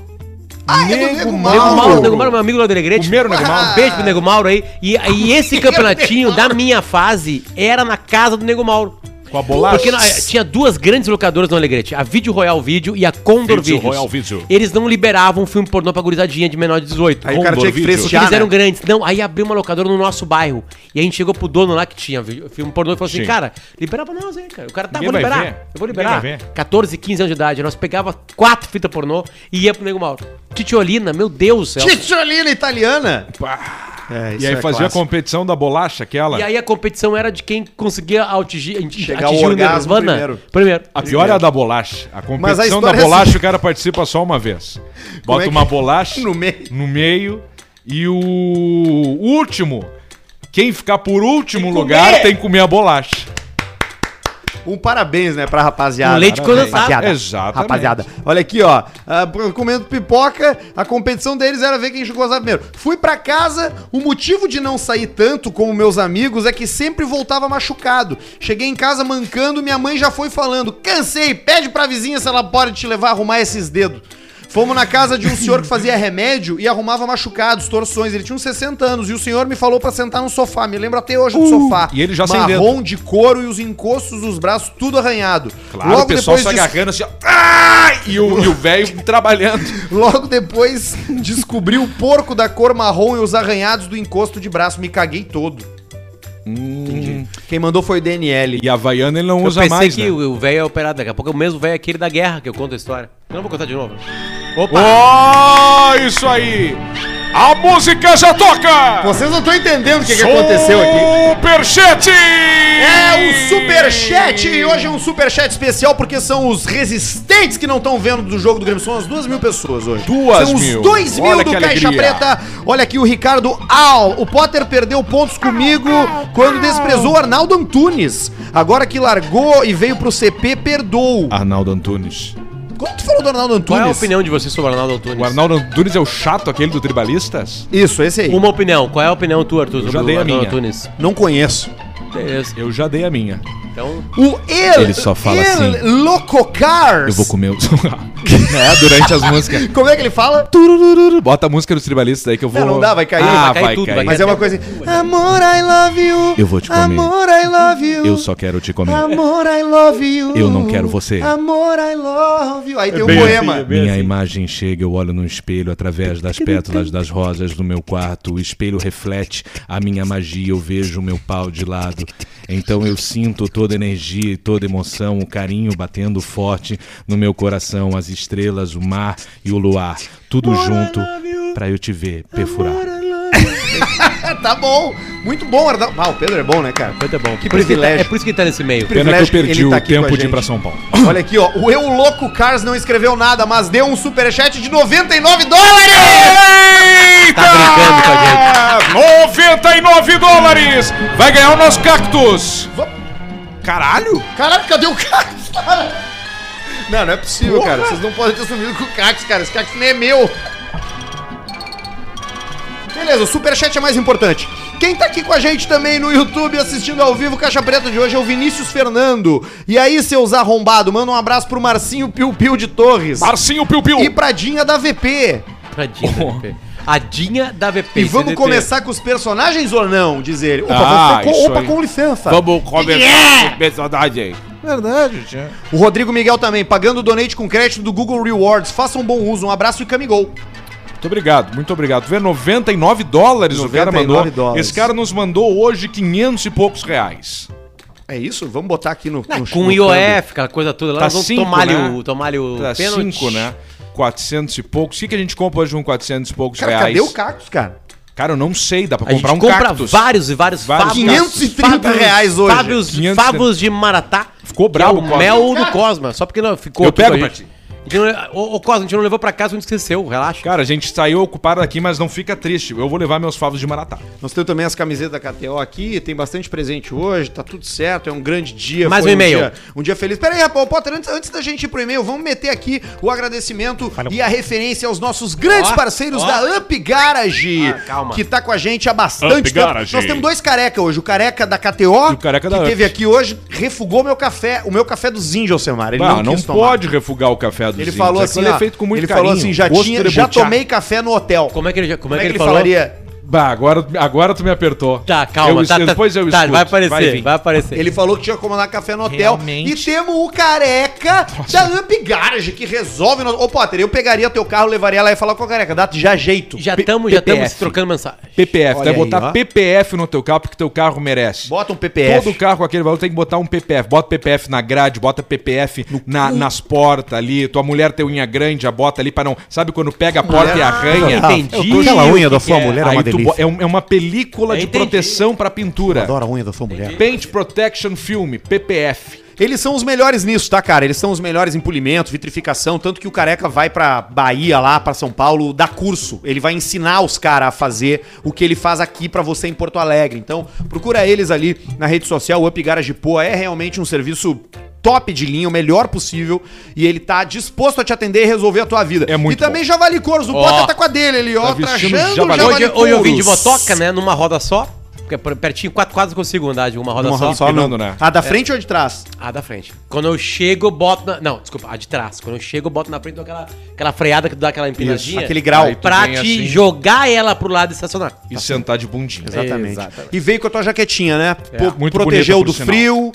Ah, é do
Nego
Nego
Nego Mauro,
Mauro.
Nego Mauro, meu amigo lá do Alegrete.
Primeiro, Nego
Mauro.
Um beijo pro Nego Mauro aí. E, e esse campeonatinho da minha fase era na casa do Nego Mauro.
Com a bolacha.
Porque é- na- tinha duas grandes locadoras no Alegrete, a Vídeo Royal Vídeo e a Condor
Vídeo
Vídeo.
Royal Vídeo.
Eles não liberavam um filme pornô pra gurizadinha de menor de 18.
Aí o cara
Condor
tinha que
Vídeo.
Porque
freshear,
eles eram
né?
grandes. Não, aí abriu uma locadora no nosso bairro. E a gente chegou pro dono lá que tinha vi- filme pornô e falou assim,
Sim.
cara, libera pra nós aí, cara. O cara tá,
Ninguém
vou
vai
liberar.
ver.
Eu vou
Ninguém
liberar.
vai ver.
14, 15 anos de idade. Nós pegava quatro fitas pornô e ia pro Nego Mauro. Titiolina, meu Deus do céu.
Titiolina italiana.
Pá.
É,
E aí fazia a competição da bolacha aquela.
E aí a competição era de quem conseguia atingir,
Chegar ao
atingir o
orgasmo
Nirvana
primeiro.
Primeiro.
A pior é a da bolacha. A
Mas a
competição da
história é
bolacha
assim.
o cara participa só uma vez.
Como
Bota
é que-
uma bolacha
No meio.
no meio e o último, quem ficar por último lugar tem que comer a bolacha.
Um parabéns, né, pra rapaziada.
Um leite
Parabéns.
condensado.
Rapaziada.
Exatamente.
Rapaziada. Olha aqui, ó. ah, pro- comendo pipoca, a competição deles era ver quem gozava primeiro. Fui pra casa, o motivo de não sair tanto como meus amigos é que sempre voltava machucado. Cheguei em casa mancando, minha mãe já foi falando: cansei, pede pra vizinha se ela pode te levar a arrumar esses dedos. Fomos na casa de um senhor que fazia remédio e arrumava machucados, torções. Ele tinha uns 60 anos e o senhor me falou pra sentar no sofá. Me lembro até hoje do sofá.
Uh, e ele já sem dedo.
Marrom de couro e os encostos dos braços tudo arranhado.
Claro, o pessoal se agarrando assim, ó. Ah! E o e o velho trabalhando.
Logo depois descobri o porco da cor marrom e os arranhados do encosto de braço. Me caguei todo. Entendi. Quem mandou foi o DNL.
E a Havaiana ele não
Eu
usa
pensei
mais,
que
né?
o o velho é operado. Daqui a pouco é o mesmo velho aquele da guerra que eu conto a história. Eu não vou contar de novo.
Ó, isso aí! A música já toca!
Vocês não estão entendendo o que, que aconteceu aqui.
Superchat!
É o Superchat! E hoje é um Superchat especial porque são os resistentes que não estão vendo do jogo do Grêmio. São as duas mil pessoas hoje.
Duas
são os
mil.
dois mil
Olha
do
que
Caixa
alegria.
Preta. Olha aqui o Ricardo Al. O Potter perdeu pontos comigo quando desprezou o Arnaldo Antunes. Agora que largou e veio pro CP, perdoou.
Arnaldo Antunes.
Quando tu falou do Arnaldo Antunes?
Qual é a opinião de você sobre o Arnaldo Antunes?
O Arnaldo Antunes é o chato aquele do Tribalistas?
Isso, esse aí.
Uma opinião. Qual é a opinião tua, Arthur,
já dei a
Arnaldo
minha.
Antunes?
Não conheço.
Beleza.
Eu já dei a minha.
Então,
O El,
Ele só fala assim,
Lococars.
Eu vou comer o. é, durante as músicas.
Como é que ele fala?
Turururu. Bota a música dos tribalistas aí que eu vou.
Não, não dá, vai cair.
Ah,
Vai cair
vai
tudo,
cair.
vai
Mas é uma coisa assim. Amor, I love you.
Eu vou te comer.
Amor, I love you.
Eu só quero te comer.
Amor, I love you.
Eu não quero você.
Amor, I love you. Aí tem um
bem
poema.
assim, é Minha imagem chega, eu olho no espelho através das pétalas das rosas do meu quarto. O espelho reflete a minha magia, eu vejo o meu pau de lado. Então eu sinto toda a energia e toda a emoção, o carinho batendo forte no meu coração, as estrelas, o mar e o luar, tudo junto pra eu te ver perfurar.
Ah, tá bom. Muito bom, Arnaldo. Ah, o Pedro é bom, né, cara?
muito bom.
Que
Por isso
privilégio.
ele tá- É por isso que ele tá nesse meio.
Pena que eu
privilégio que
perdi
ele tá
o
aqui com a
tempo de ir
gente.
pra São Paulo.
Olha aqui, ó. O Eu Louco Cars não escreveu nada, mas deu um superchat de 99 dólares!
Eita!
Tá brincando com
a gente. 99 dólares! Vai ganhar o nosso cactus! Caralho!
Caralho, cadê o Cax, cara? Não, não é possível,
Porra!
cara. Vocês não podem ter sumido com o Cax, cara. Esse Cax nem é meu. Beleza, o superchat é mais importante. Quem tá aqui com a gente também no YouTube assistindo ao vivo, Caixa Preta de hoje é o Vinícius Fernando. E aí, seus arrombados, manda um abraço pro Marcinho Piu Piu de Torres.
Marcinho Piu Piu!
E pra Dinha da VP.
A Dinha da VP. A Dinha da VP.
E vamos
CDT.
começar com os personagens ou não? Diz ele. Opa,
Ah,
com-
isso
opa,
aí.
com licença.
Vamos
é?
conversar com personagem. Verdade, tia.
O Rodrigo Miguel também, pagando o donate com crédito do Google Rewards. Faça um bom uso. Um abraço e camigol.
Muito obrigado, muito obrigado. Vê, 99 dólares o cara
99
mandou.
dólares.
Esse cara nos mandou hoje 500 e poucos reais.
É isso? Vamos botar aqui no. no-
Com
no
o IOF, aquela coisa toda lá.
Tá
nós vamos
cinco,
tomar-lhe
né?
o, tomar o
Tá
pênalti.
5, né? 400 e poucos. O que, que a gente compra hoje com 400 e poucos
Cara,
reais?
cadê o cactus, cara?
Cara, eu não sei, dá pra
A gente
comprar um
compra
cactus.
vários e vários,
Vários
favos.
530 reais hoje.
Favos,
530.
favos de Maratá.
Ficou
que
brabo,
é o
Cosma.
mel do Cosma. Só porque não ficou
Eu
aqui
pego
com a
pra
gente.
ti.
A gente não- Ô, ô, Cosma, a gente não levou pra casa, a gente esqueceu. Relaxa.
Cara, a gente saiu ocupado aqui, mas não fica triste. Eu vou levar meus favos de Maratá.
Nós temos também as camisetas da KTO aqui. Tem bastante presente hoje. Tá tudo certo. É um grande dia.
Mais
foi
um e-mail.
dia- Um dia feliz. Pera aí, rapaz. Potter, antes, antes da gente ir pro e-mail, vamos meter aqui o agradecimento e a referência aos nossos grandes
Ó,
parceiros
ó.
da Up Garage.
Ah, calma.
Que tá com a gente há bastante
Up
tempo.
Garage.
Nós temos dois careca hoje. O careca da KTO,
E o careca
que
da Up.
teve aqui hoje, refugou meu café, o meu café dos índios, Alcemar. Ele
Bah,
não,
Ah, não
quis tomar.
pode refugar o café dos
Ele
índios.
falou
Aquilo é
assim, ó,
feito com muito
ele
carinho.
falou assim, já,
Gosto
tinha, já
trebuchado.
tomei café no hotel.
Como é que ele, já- como é que ele, falou?
falaria?
Bah, agora, agora tu me apertou.
Tá, calma.
Eu
tá,
es-
tá,
depois eu
tá,
escuto.
vai aparecer, vai,
vir.
aparecer.
Ele falou que tinha que comandar café no hotel.
Realmente.
E temos o careca da Up Garage, que resolve. No... Ô, Potter, eu pegaria teu carro, levaria lá e falar com a careca. Dá já jeito.
Já
P-
estamos já tamo
PPF.
se trocando mensagem.
PPF,
Olha
deve
aí,
botar
ó.
PPF no teu carro, porque teu carro merece.
Bota um PPF.
Todo carro com aquele valor tem que botar um PPF. Bota PPF na grade, bota PPF na- nas portas ali. Tua mulher tem unha grande, já bota ali pra não. Sabe quando pega a porta e arranha?
Ah, entendi.
Eu- Aquela
o
unha
que
da
que
sua
é.
mulher é
Aí
uma
tu
delícia.
bo- é, um- é uma película
Eu
de
enteiro.
proteção pra pintura.
Adoro a unha da sua mulher.
Paint Protection Film, PPF.
Eles são os melhores nisso, tá, cara? Eles são os melhores em polimento, vitrificação, tanto que o Careca vai pra Bahia lá, pra São Paulo, dar curso. Ele vai ensinar os caras a fazer o que ele faz aqui pra você em Porto Alegre. Então, procura eles ali na rede social, o Up Garage Poa é realmente um serviço top de linha, o melhor possível, e ele tá disposto a te atender e resolver a tua vida.
É muito
e também Javali Couros, o
Ó,
Potter tá com a dele ali, ó,
tá vestindo
trajando
javali.
javali
Hoje, hoje eu vim de
couros.
motoca, né? Numa roda só. Porque é por- pertinho, quatro quadras eu consigo andar de uma roda
Uma
só.
roda só, não.
Empinando, né?
A da frente ou a de trás?
A da frente. Quando eu chego, eu boto na. Não, desculpa, a de trás. Quando eu chego, eu boto na frente, dou aquela, aquela freada que dá aquela empinadinha.
aquele grau.
Aí tu Pra
vem
te
assim.
jogar ela pro lado e estacionar.
Tá
E sentar de bundinha.
Exatamente.
Exatamente.
E veio com a tua jaquetinha, né? Pro-
É, Muito
protegeu
bonita,
do
por sinal.
frio,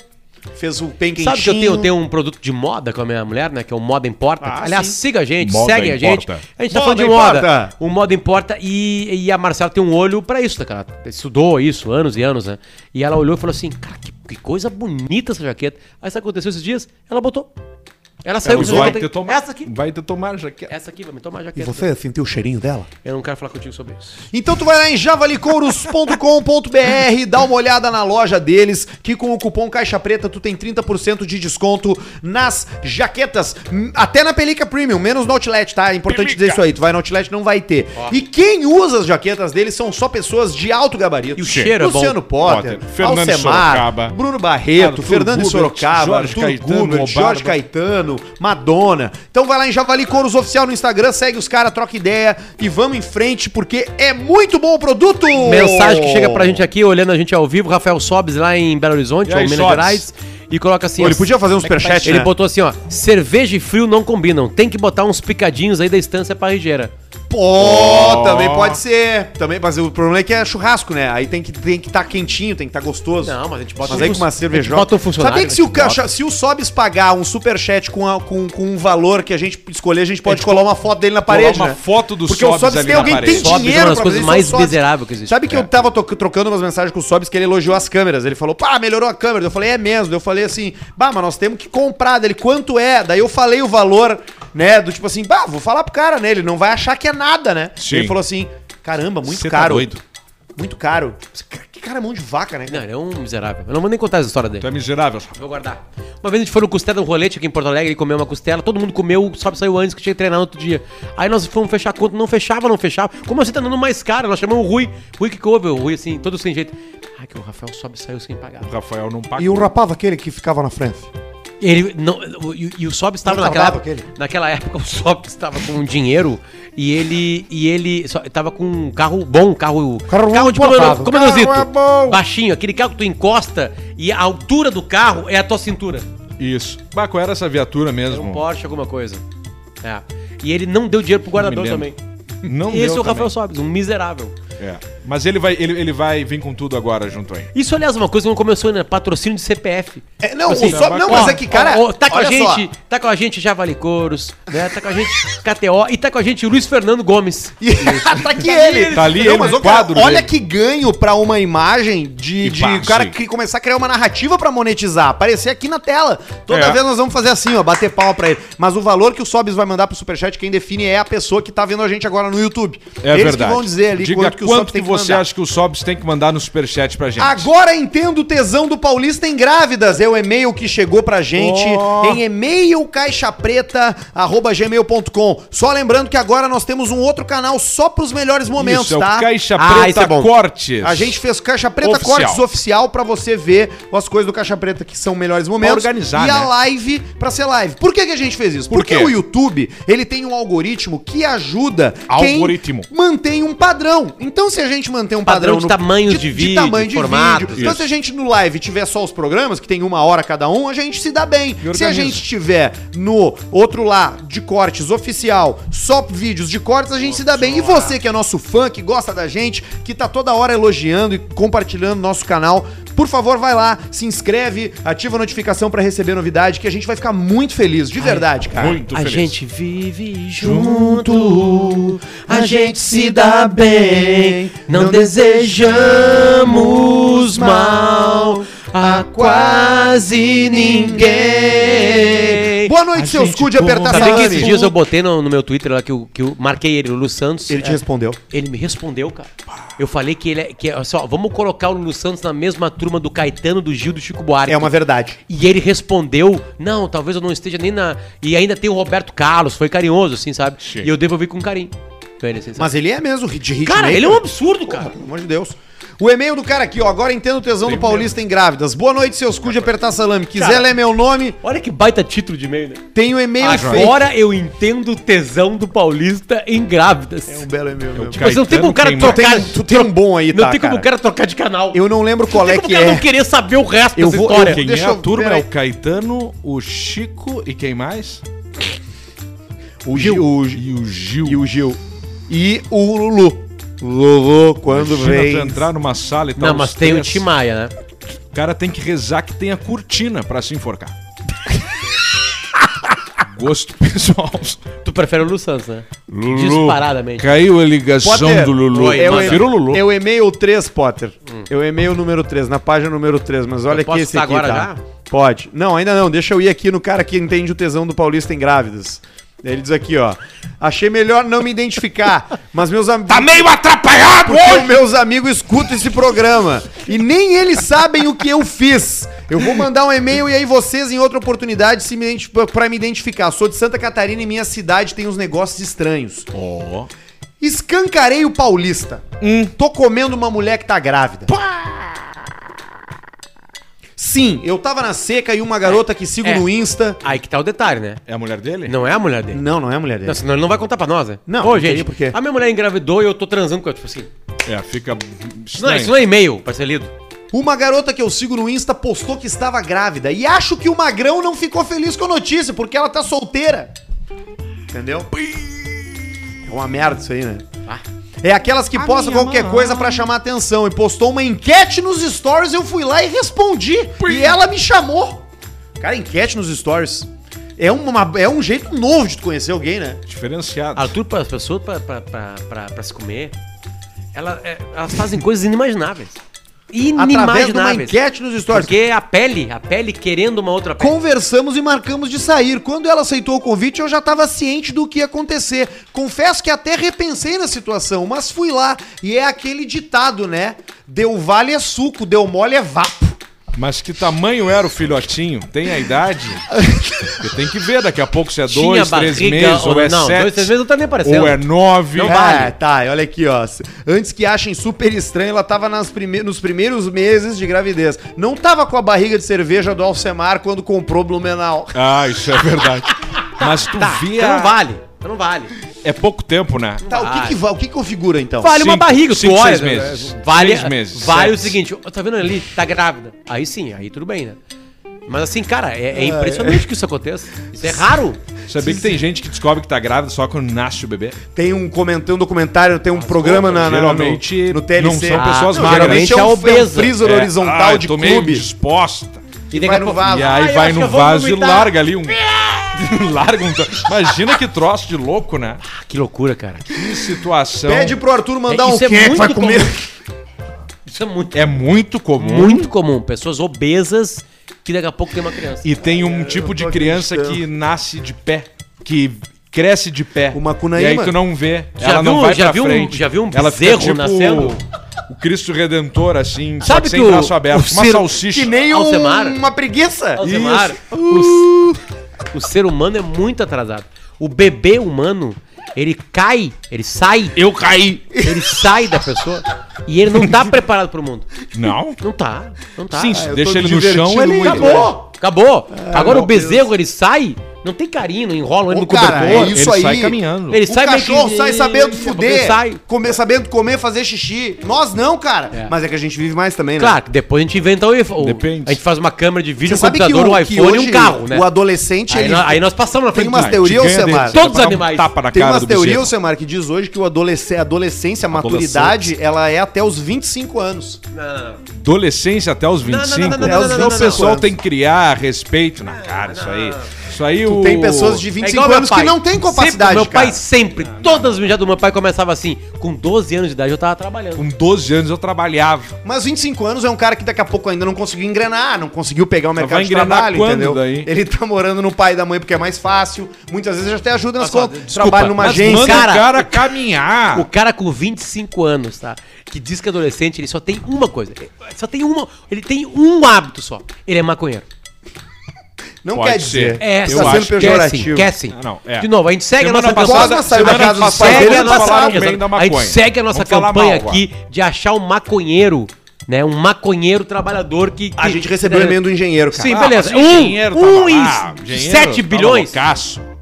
fez o bem quentinho.
Sabe que eu tenho, eu tenho um produto de moda com a minha mulher, né? Que é o Moda Importa.
Ah,
Aliás,
sim.
siga a gente,
Moda
segue
Importa.
a gente. A gente
Moda
tá falando de moda.
Importa.
O Moda Importa e, e a Marcela tem um olho pra isso, né, cara? Ela Estudou isso anos e anos, né? E ela olhou e falou assim, cara, que, que coisa bonita essa jaqueta. Aí sabe o que aconteceu esses dias? Ela botou. Ela saiu com essa
Vai
jaqueta.
ter
aqui.
tomar.
Essa aqui.
Vai ter tomar jaqueta.
Essa aqui vai me tomar a
E
jaqueta.
você sentiu o cheirinho dela?
Eu não quero falar contigo sobre isso.
Então tu vai lá em javalicouros.com.br, dá uma olhada na loja deles, que com o cupom Caixa Preta tu tem 30% de desconto nas jaquetas, hum, até na Pelica Premium, menos no Outlet, tá? É importante dizer isso aí, tu vai no Outlet não vai ter. E quem usa as jaquetas deles são só pessoas de alto gabarito.
E o cheiro é bom.
Luciano Potter,
Potter, Fernando de Sorocaba,
Bruno Barreto,
Arthur
Fernando de
Gubert,
Sorocaba,
Jorge
Arthur
Caetano,
Gubert,
Obarba.
Jorge Caetano, Madonna. Então vai lá em Javali Couros Oficial no Instagram, segue os caras, troca ideia e vamos em frente porque é muito bom o produto!
Mensagem que chega pra gente aqui, olhando a gente ao vivo, Rafael Sobes lá em Belo Horizonte,
E
ou
aí,
Minas
Sobes?
Gerais, e coloca assim...
Pô, ele
ó,
podia fazer um superchat,
Ele
né?
botou assim, ó, cerveja e frio não combinam, tem que botar uns picadinhos aí da estância parrigeira.
Pô, também pode ser. Também, mas o problema é que é churrasco, né? Aí tem que tem que tá quentinho, tem que tá gostoso.
Não, mas a gente bota
Mas
um
aí com
fun-
uma cervejoca.
a gente bota um funcionário,
Sabia que se
a
o,
gente bota.
caixa, se o Sobis pagar um superchat com, a- com, com um valor que a gente escolher, a gente pode colar uma foto dele na parede,
É, tipo, uma
né?
foto do
Porque o
Sobis
Sobis
ali
tem
na
alguém que tem
parede.
Sobis é uma
dinheiro
das coisas
fazer isso,
mais
o Sobis.
miserável que existe. É.
Sabe que eu tava to- trocando umas mensagens com o Sobis que ele elogiou as câmeras. Ele falou, pá, melhorou a câmera. Eu falei, é mesmo. Eu falei assim, bah, mas nós temos que comprar dele. Quanto é? Daí eu falei o valor, né? Do tipo assim, bah, vou falar pro cara, né? Ele não vai achar que é nada, né?
Sim.
Ele falou assim, caramba, muito
Cê tá
caro.
doido.
Muito caro. Que cara é mão de vaca, né?
Não, ele é um miserável. Eu não vou nem contar essa história dele.
Tu é miserável.
Vou guardar. Uma vez a gente foi no costela um rolete aqui em Porto Alegre, comeu uma costela, todo mundo comeu, o Sobe saiu antes que tinha que treinar no outro dia. Aí nós fomos fechar a conta, não fechava, não fechava. Como assim tá dando mais caro? Nós chamamos o Rui. Rui que coube, o Rui assim, todo sem jeito. Ai, que o Rafael Sobe saiu sem pagar.
O Rafael não paga.
E o rapaz aquele que ficava na frente?
Ele não, o- e, e o Sob estava
Não
naquela
tardava
época, naquela época o Sob estava com dinheiro e ele e ele só- estava com um carro bom, carro
Carro
de comando-
importado.
comandozito,
Carro é bom.
baixinho, aquele carro que tu encosta e a altura do carro é a tua cintura.
Isso. Bah, qual era essa viatura
Era um
mesmo?
Porsche alguma coisa. É. E ele não deu dinheiro pro guardador
lembro.
também.
Não
Esse é
deu
o Rafael
também.
Sobes, um miserável.
É. Mas ele vai, ele, ele vai vir com tudo agora junto aí.
Isso, aliás, é uma coisa que não começou, né? Patrocínio de CPF.
É, não,
Assim,
o Sob- não,
ó,
mas é que, cara,
ó, ó, tá com a
olha só.
gente, tá com a gente Javali Couros, né? Tá com a gente KTO e tá com a gente Luiz Fernando Gomes.
E- tá aqui ele.
Tá ali ele no
ô, cara,
quadro
Olha
dele.
que ganho pra uma imagem de,
E
de
pá,
o cara
sim.
cri- começar a criar uma narrativa pra monetizar. Aparecer aqui na tela. Toda
É.
vez nós vamos fazer assim, ó, bater palma pra ele. Mas o valor que o Sobis vai mandar pro Superchat, quem define é a pessoa que tá vendo a gente agora no YouTube.
É verdade.
que vão dizer ali
Diga
quanto que o Sobis tem que
você
mandar.
acha que o Sobs tem que mandar no superchat pra gente.
Agora entendo o tesão do Paulista em grávidas. É o e-mail que chegou pra gente
Oh.
em e-mail caixapreta@gmail.com. Só lembrando que agora nós temos um outro canal só pros melhores momentos,
Isso, é o
tá?
Caixa
Ah,
Preta
isso é bom.
Cortes.
A gente fez Caixa Preta
Oficial.
Cortes oficial pra você ver as coisas do Caixa Preta que são melhores momentos
Pra organizar,
e a
né?
live pra ser live. Por que, que a gente fez isso?
Por
Porque
quê?
o YouTube, ele tem um algoritmo que ajuda
Algoritmo.
quem mantém um padrão. Então se a gente gente manter um
Padrão
padrão,
de tamanhos de vídeo, formatos,
Então,
isso.
se a gente no live tiver só os programas, que tem uma hora cada um, a gente se dá bem.
E
Se a
organiza.
gente tiver no outro lá de cortes oficial, só vídeos de cortes, a gente se dá bem. E você que é nosso fã, que gosta da gente, que tá toda hora elogiando e compartilhando nosso canal, por favor, vai lá, se inscreve, ativa a notificação pra receber novidade, que a gente vai ficar muito feliz, de verdade, cara.
Muito
a
feliz.
gente vive junto, a gente se dá bem, não desejamos mal a quase ninguém.
Boa noite, seus cu de apertar
Sabe que
salame.
esses dias eu botei no, no meu Twitter lá que eu, que eu marquei ele, o Lu Santos.
Ele te
É,
respondeu.
ele me respondeu, cara. Eu falei que ele é. Que é só, vamos colocar o Lulu Santos na mesma turma do Caetano, do Gil, do Chico Buarque.
É uma verdade.
E ele respondeu: Não, talvez eu não esteja nem na. E ainda tem o Roberto Carlos, foi carinhoso, assim, sabe? E eu devolvi com carinho. Pra ele, assim, sabe?
Mas ele é mesmo de ritmo.
cara, ele é um absurdo, cara.
Pelo amor de Deus. O e-mail do cara aqui, ó. Agora entendo o tesão do Paulista em grávidas. Boa noite, seus cu de apertar salame. Quiser
Cara.
ler meu nome,
Olha que baita título de e-mail, né?
tem o e-mail feito.
Agora eu entendo o tesão do paulista em grávidas.
É um belo e-mail mesmo.
Mas não tem como o cara
Caetano
trocar.
Tem- tu tem um bom aí,
não
tá,
tem como o cara trocar de canal.
Eu não lembro qual
Não tem
é
como
que
o cara
é.
não querer saber o resto
Eu
dessa
vou- eu
história.
Quem
Deixa
é a
eu-
turma
peraí.
é o Caetano, o Chico e quem mais?
O Gil. O Gil.
E o Gil.
E o Gil. E o Lulu. Lulu, quando
Imagina tu
vem.
entrar numa sala e tal.
Não, mas
os
tem o
três.
Tim Maia, né?
O cara tem que rezar que tenha cortina pra se enforcar. Gosto pessoal.
Tu prefere o Lu Santos, né?
Lulu.
Disparadamente.
Caiu a ligação
Potter,
do Lulu.
Oi,
É o,
manda.
Prefiro o Lulu.
é o e-mail 3, Potter. É o e-mail número 3, na página número 3. Mas olha
Eu
aqui
posso
esse
citar
aqui,
agora
tá?
já?
Pode. Não, ainda não. Deixa eu ir aqui no cara que entende o tesão do Paulista em grávidas. Ele diz aqui, ó. Achei melhor não me identificar, mas meus amigos...
Tá meio atrapalhado
Porque os
hoje!
meus amigos escutam esse programa. E nem eles sabem o que eu fiz. Eu vou mandar um e-mail e aí vocês, em outra oportunidade, se me identi- pra me identificar. Sou de Santa Catarina e minha cidade tem uns negócios estranhos.
Ó.
Escancarei o paulista. Tô comendo uma mulher que tá grávida. Sim, eu tava na seca e uma garota que sigo
É.
no Insta.
Aí que tá o detalhe, né?
É a mulher dele?
Não é a mulher dele.
Não, não é a mulher dele.
Não, senão ele não vai contar pra nós, né?
Não,
Ô,
não
gente,
teria porquê.
a minha mulher engravidou e eu tô transando com ela. Tipo assim,
É, fica.
isso não,
estranho.
isso não é e-mail pra ser lido.
Uma garota que eu sigo no Insta postou que estava grávida. E acho que o Magrão não ficou feliz com a notícia, porque ela tá solteira. Entendeu? É uma merda isso aí, né? É aquelas que postam qualquer coisa pra chamar atenção. E postou uma enquete nos stories, eu fui lá e respondi. E ela me chamou. Cara, enquete nos stories. É, uma, é um jeito novo de tu conhecer alguém, né?
é-
Diferenciado.
Arthur, para as pessoas, pra, pra, pra, pra, pra se comer, ela- é, elas fazem coisas inimagináveis.
Através de uma
Inimagináveis.
enquete nos stories.
um Porque a pele, a pele querendo uma outra pele.
Conversamos e marcamos de sair. Quando ela aceitou o convite, eu já estava ciente do que ia acontecer. Confesso que até repensei na situação, mas fui lá. E é aquele ditado, né? Deu vale é suco, deu mole é vapo.
Mas que tamanho era o filhotinho? Tem a idade? Porque tem que ver, daqui a pouco se é
Tinha
dois, três
barriga
meses, ou
ou
é
não,
sete.
dois, três meses não tá nem aparecendo.
Ou é nove.
Não
É,
vale.
É, tá, e olha aqui, ó. Antes que achem super estranho, ela tava nas prime- nos primeiros meses de gravidez. Não tava com a barriga de cerveja do Alcemar quando comprou Blumenau.
Ah, isso é verdade. Mas tu via.
Então não vale. Então não vale.
É pouco tempo, né?
Tá, o que que, va- o que que configura então?
Vale uma
Cinco-
barriga,
cinco,
tu olha. É,
seis meses.
Vale,
Seis meses,
vale
sete.
o seguinte, ó, tá vendo ali? Tá grávida. Aí sim, aí tudo bem, né? Mas assim, cara, é, é impressionante que isso aconteça. Isso é raro.
Sabia que tem gente que descobre que tá grávida só quando nasce o bebê?
Tem um comentando documentário, tem um programa na, na-
geralmente
no, no TLC.
não são
magras.
pessoas
Ah, Geralmente é um, é um
Geralmente é obesa.
freezer
É,
horizontal
ah, eu
de
tô meio
clube.
disposta.
E
vai no vaso.
E
Ah,
aí
eu
vai
acho que
no
eu vou
vaso e
vomitar.
larga ali um. larga um. to- Imagina que troço de louco, né?
Ah, que loucura, cara.
Que situação.
Pede pro Arthur mandar
É,
um
isso é
quê que
muito
vai comer.
comum. Isso é muito,
É muito comum.
muito comum. Pessoas obesas que daqui a pouco tem uma criança.
E tem um tipo de criança que nasce de pé, que cresce de pé.
Uma cunaíma.
E aí tu não vê.
Já
ela não
viu-
vai
já
pra
viu um-
frente.
já viu um
Ela fica
bezerro
tipo
nascendo?
o- O Cristo Redentor, assim, só
Sabe
que sem
que o-
braço aberto.
o
Uma
Ciro-
salsicha.
Que nem um-
Alcemar.
uma preguiça.
Alcemar,
Isso.
o, o ser humano é muito atrasado. O bebê humano, ele cai, ele sai,
Eu caí.
ele sai da pessoa e ele não tá preparado pro mundo.
Não.
Não tá, não tá.
Sim,
Ah, eu
se
tô
deixa
me
ele no
divertindo
chão, ele
muito,
acabou.
Acabou! Agora o bezerro, ele sai, Não tem carinho, não enrola ele
Ô,
no
cara,
cobertor.
é isso
ele
aí.
sai caminhando.
Ele
o
sai meio
cachorro
que-
sai sabendo fuder,
Sai.
comer, sabendo comer, fazer xixi. Nós não, cara.
É.
Mas é que a gente vive mais também, né?
Claro, que depois a gente inventa o, o
Depende.
A gente faz uma câmera de vídeo,
Você
um
sabe que,
computador,
o,
um
que
iPhone e
hoje
um carro, né?
o adolescente,
Aí,
ele...
nós, aí nós passamos na
Tem
frente
umas
do-
Te
teorias,
ganha
Semar.
dele. Você
Todos
vai dar um
animais.
Tapa na
Tem
cara
umas
do
teorias,
bezerro.
Semar, que diz hoje que o adolescente, a adolescência, a
Adolescente.
maturidade, ela é até os 25 anos.
Adolescência até os 25.
não, não, não,
não, não, não,
o pessoal
não.
tem que criar respeito na cara, isso aí. Isso aí o...
Tem pessoas de
É
25
igual meu
anos que
pai.
não têm
Sempre,
capacidade,
meu
cara.
pai sempre, todas as mijadas do meu pai começava assim. Com 12 anos de idade eu tava trabalhando.
Com 12 anos eu trabalhava.
Mas 25 anos é um cara que daqui a pouco ainda não conseguiu engrenar, não conseguiu pegar o mercado
vai
de
engrenar
trabalho,
quando
entendeu?
daí?
Ele tá morando no pai e da mãe porque é mais fácil. Muitas vezes já até ajuda nas
Mas, ó,
contas.
desculpa,
Trabalha numa
mas
agência.
Manda
cara-
o cara caminhar.
O cara com 25 anos, tá? Que diz que é adolescente, ele só tem uma coisa. Só tem uma. Ele tem um hábito só. Ele é maconheiro.
não
Pode
quer
ser.
dizer.
É,
Eu
tá
acho
sendo
que é
pejorativo.
sim,
Quer sim.
Ah, não, é.
De novo, a gente segue
Semana
a nossa
passada-
campanha.
saiu da
semana
casa dos
passada
pais
Segue
dele,
a
eles falaram
nossa,
bem
exato.
da
a
maconha.
gente segue a nossa
Vamos falar
campanha
mal
aqui de achar um maconheiro, né? Um maconheiro trabalador que. que
A gente recebeu o e-mail do engenheiro, cara.
Sim,
Ah,
beleza.
mas o engenheiro tava
um um em
lá, o engenheiro tá
7
tava
bilhões.
loucaço.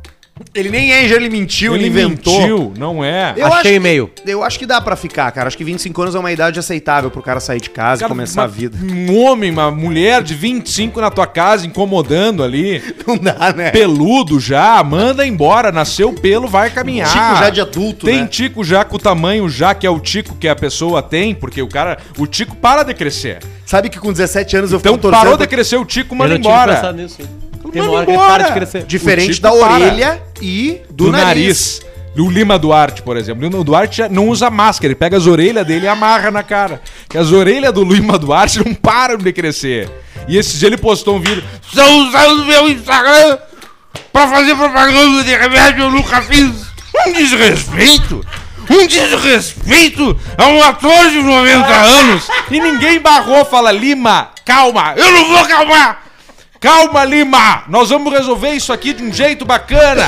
Ele nem é engenheiro, ele mentiu, ele,
Ele
inventou.
mentiu, não é.
Eu
Achei
acho que-
e-mail.
Eu acho que dá pra ficar, cara. Acho que 25 anos é uma idade aceitável pro cara sair de casa e
Cara,
começar
uma-
a vida.
Um homem, uma mulher de 25 na tua casa, incomodando ali,
Não dá, né?
peludo já, manda embora, nasceu pelo, vai caminhar.
Tico Tipo, já de adulto,
Tem
né?
tico já com o tamanho já que é o tico que a pessoa tem, porque o cara, o tico para de crescer.
Sabe que com 17 anos eu
Então
fico
parou de
pra-
crescer o tico,
Eu
manda
não tinha pensado
embora.
nisso. é Tem
Manda
uma hora que ele para de
embora.
crescer.
O
tipo
Diferente
tico
da
para.
orelha e do,
Do
nariz.
nariz. O Lima Duarte, por exemplo. O Lima Duarte já não usa máscara, ele pega as orelhas dele e amarra na cara. Que as orelhas do Lima Duarte não param de crescer. E esse dia ele postou um vídeo. Só usando meu Instagram pra fazer propaganda de remédio, eu nunca fiz. Um desrespeito! Um desrespeito a um ator de 90 anos! E ninguém barrou, fala, Lima, calma! Eu não vou calmar! Calma, Lima! Nós vamos resolver isso aqui de um jeito bacana!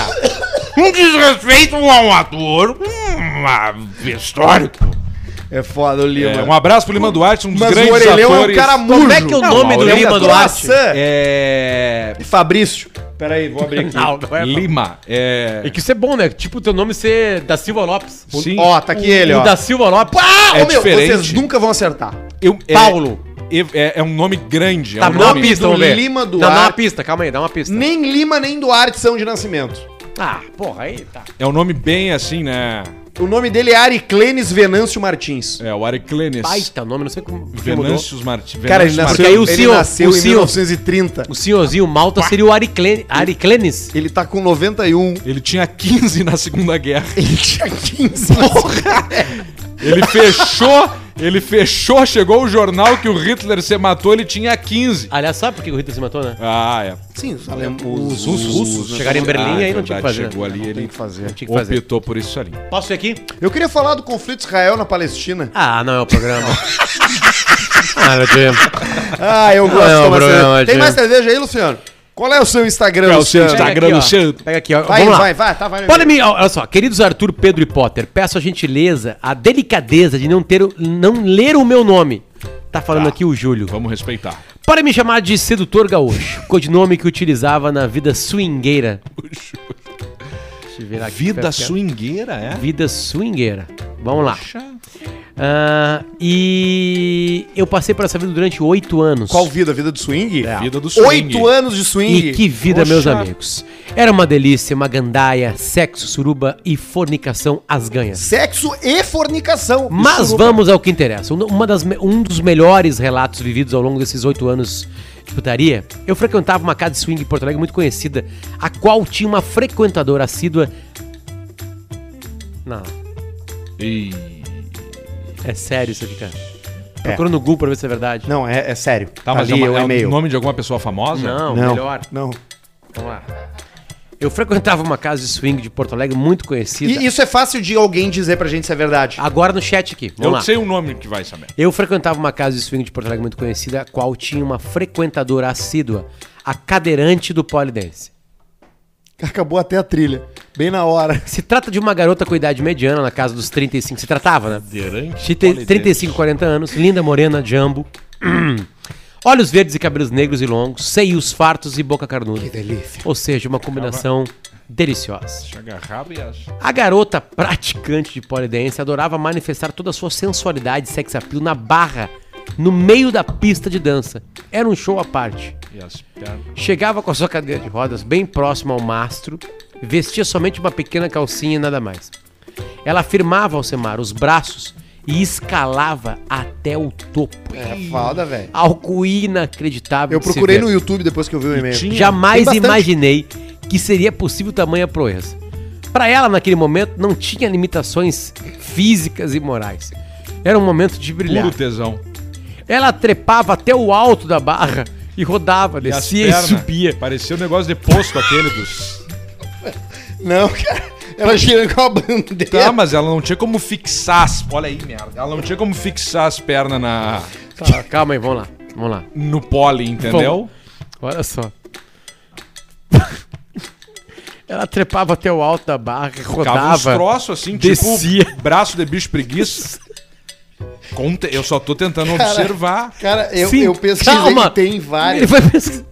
Um desrespeito a um ator hum, ah, histórico!
É foda o Lima.
É, um abraço pro Lima Duarte, um dos
Mas
grandes
o orelhão é um
atores.
cara
Como
murcho.
é que é o
Não,
nome do
orelha
Lima Duarte?
grossa.
É.
Fabrício. Peraí, vou abrir aqui.
Não, não é.
Lima, é.
E que isso é bom, né? Tipo, teu nome ser da Silva Lopes.
Sim,
Ó, tá aqui ele,
o
ó.
da Silva Lopes.
Ah,
É
ô, meu,
diferente.
vocês nunca vão acertar.
eu, é-
Paulo.
É, é- é um nome grande.
Tá,
é um
me dá uma
nome-
pista,
do
vamos ver.
Lima
Dá, dá uma
Duarte.
pista, calma aí, dá uma pista.
Nem Lima, nem Duarte são de nascimento.
Ah, porra, aí tá.
É um nome bem assim, né?
O nome dele é Ariclenes Venâncio Martins.
É, o Ariclenes.
Baita nome, não sei como como
Venâncios Martins.
Cara, ele
Porque
nasceu,
aí o
ele
senhor-
nasceu
o
em
senhor-
1930.
O senhorzinho Malta seria o Ariclene, Ariclenes.
Ele tá com 91.
Ele tinha 15 na Segunda Guerra.
Ele tinha 15. Porra!
Ele fechou, ele fechou, chegou o jornal que o Hitler se matou, ele tinha 15.
Aliás, sabe por que o Hitler se matou, né?
Ah, é.
Sim, os, alem-
Os
os,
russos.
russos. né?
Chegaram em Berlim, aí não tinha que fazer.
é Chegou ali, ele
que fazer.
Tinha que fazer.
optou por isso ali.
Posso ir aqui?
Eu queria falar do conflito Israel na Palestina.
Ah, não é o programa. ah, meu Deus.
Ah, eu gosto
Não,
de tomar
Bruno,
cerveja. Tem
adianta.
mais cerveja aí, Luciano? Qual é o seu Instagram,
Qual é o seu
Luciano?
Instagram?
aqui, ó.
Luciano.
Pega aqui, ó.
Vai,
Vamos lá.
vai, vai, tá, vai.
Olha, me, olha só, queridos Arthur, Pedro e Potter, peço a gentileza, a delicadeza de não ter, o- não ler o meu nome. Tá falando
Tá.
aqui o Júlio.
Vamos respeitar.
Para me chamar de sedutor gaúcho, codinome que utilizava na vida swingueira. Deixa eu virar aqui,
Vida
perto,
swingueira, é?
Vida swingueira. Vamos lá.
Poxa.
Ah, e eu passei por essa vida durante oito anos.
Qual vida? Vida do swing?
É, Vida do swing.
Oito anos de swing.
E que vida, meus
Poxa.
amigos. Era uma delícia, uma gandaia, sexo, suruba e fornicação às ganhas.
Sexo e fornicação.
Mas
Isso-
vamos ao que interessa. Um- Uma das, me- um dos melhores relatos vividos ao longo desses oito anos de putaria, eu frequentava uma casa de swing em Porto Alegre muito conhecida, a qual tinha uma frequentadora assídua. Não,
E...
é sério isso aqui, cara. Procura no Google pra ver se é verdade.
Não, é, é sério.
Tá, mas
ali
é,
é o
uma, é
e-mail.
o nome de alguma pessoa famosa?
Não,
Não,
melhor.
não.
Vamos lá. Eu frequentava uma casa de swing de Porto Alegre muito conhecida.
E isso é fácil de alguém dizer pra gente se é verdade.
Ah.
Agora no chat aqui. Vamos
Eu
lá.
sei o nome que vai saber.
Eu frequentava uma casa de swing de Porto Alegre muito conhecida, a qual tinha uma frequentadora assídua, a cadeirante do polidense.
Acabou até a trilha. Bem na hora.
Se trata de uma garota com idade mediana, na casa dos 35, se tratava, né?
Cadeirante
De te- 35, 40 anos, linda, morena, jambo. Olhos verdes e cabelos negros e longos, seios fartos e boca carnuda.
Que delícia.
Ou seja, uma combinação deliciosa.
Deixa agarrado e acha.
A garota praticante de polidense adorava manifestar toda a sua sensualidade e sex appeal na barra, no meio da pista de dança. Era um show à parte.
E as pernas.
Chegava com a sua cadeira de rodas bem próxima ao mastro, vestia somente uma pequena calcinha e nada mais. Ela afirmava ao semar os braços e escalava até o topo.
É foda, velho.
Algo inacreditável.
Eu
de se
procurei
ver.
no YouTube depois que eu vi o e-mail.
Tinha.
Jamais
Tem bastante.
imaginei que seria possível tamanha proeza. Pra ela, naquele momento, não tinha limitações físicas e morais. Era um momento de brilhar.
Puro tesão.
Ela trepava até o alto da barra e rodava,
E as
descia e,
pernas.
subia.
Parecia um negócio de posto aquele dos.
Não, cara. Ela girando com a bandeira.
Tá, mas ela não tinha como fixar as. Olha aí, merda. Ela não tinha como fixar as pernas na...
Tá, calma aí, vamos lá. Vamos lá.
no pole, entendeu?
Bom, olha só. Ela trepava até o alto da barra, e
Ficava uns
rodava.
troços assim,
descia.
tipo braço de bicho preguiça. Conte- Eu só tô tentando observar.
Cara, eu,
Sim,
eu pesquisei
calma.
que tem
Ele
várias.
foi pesquisar.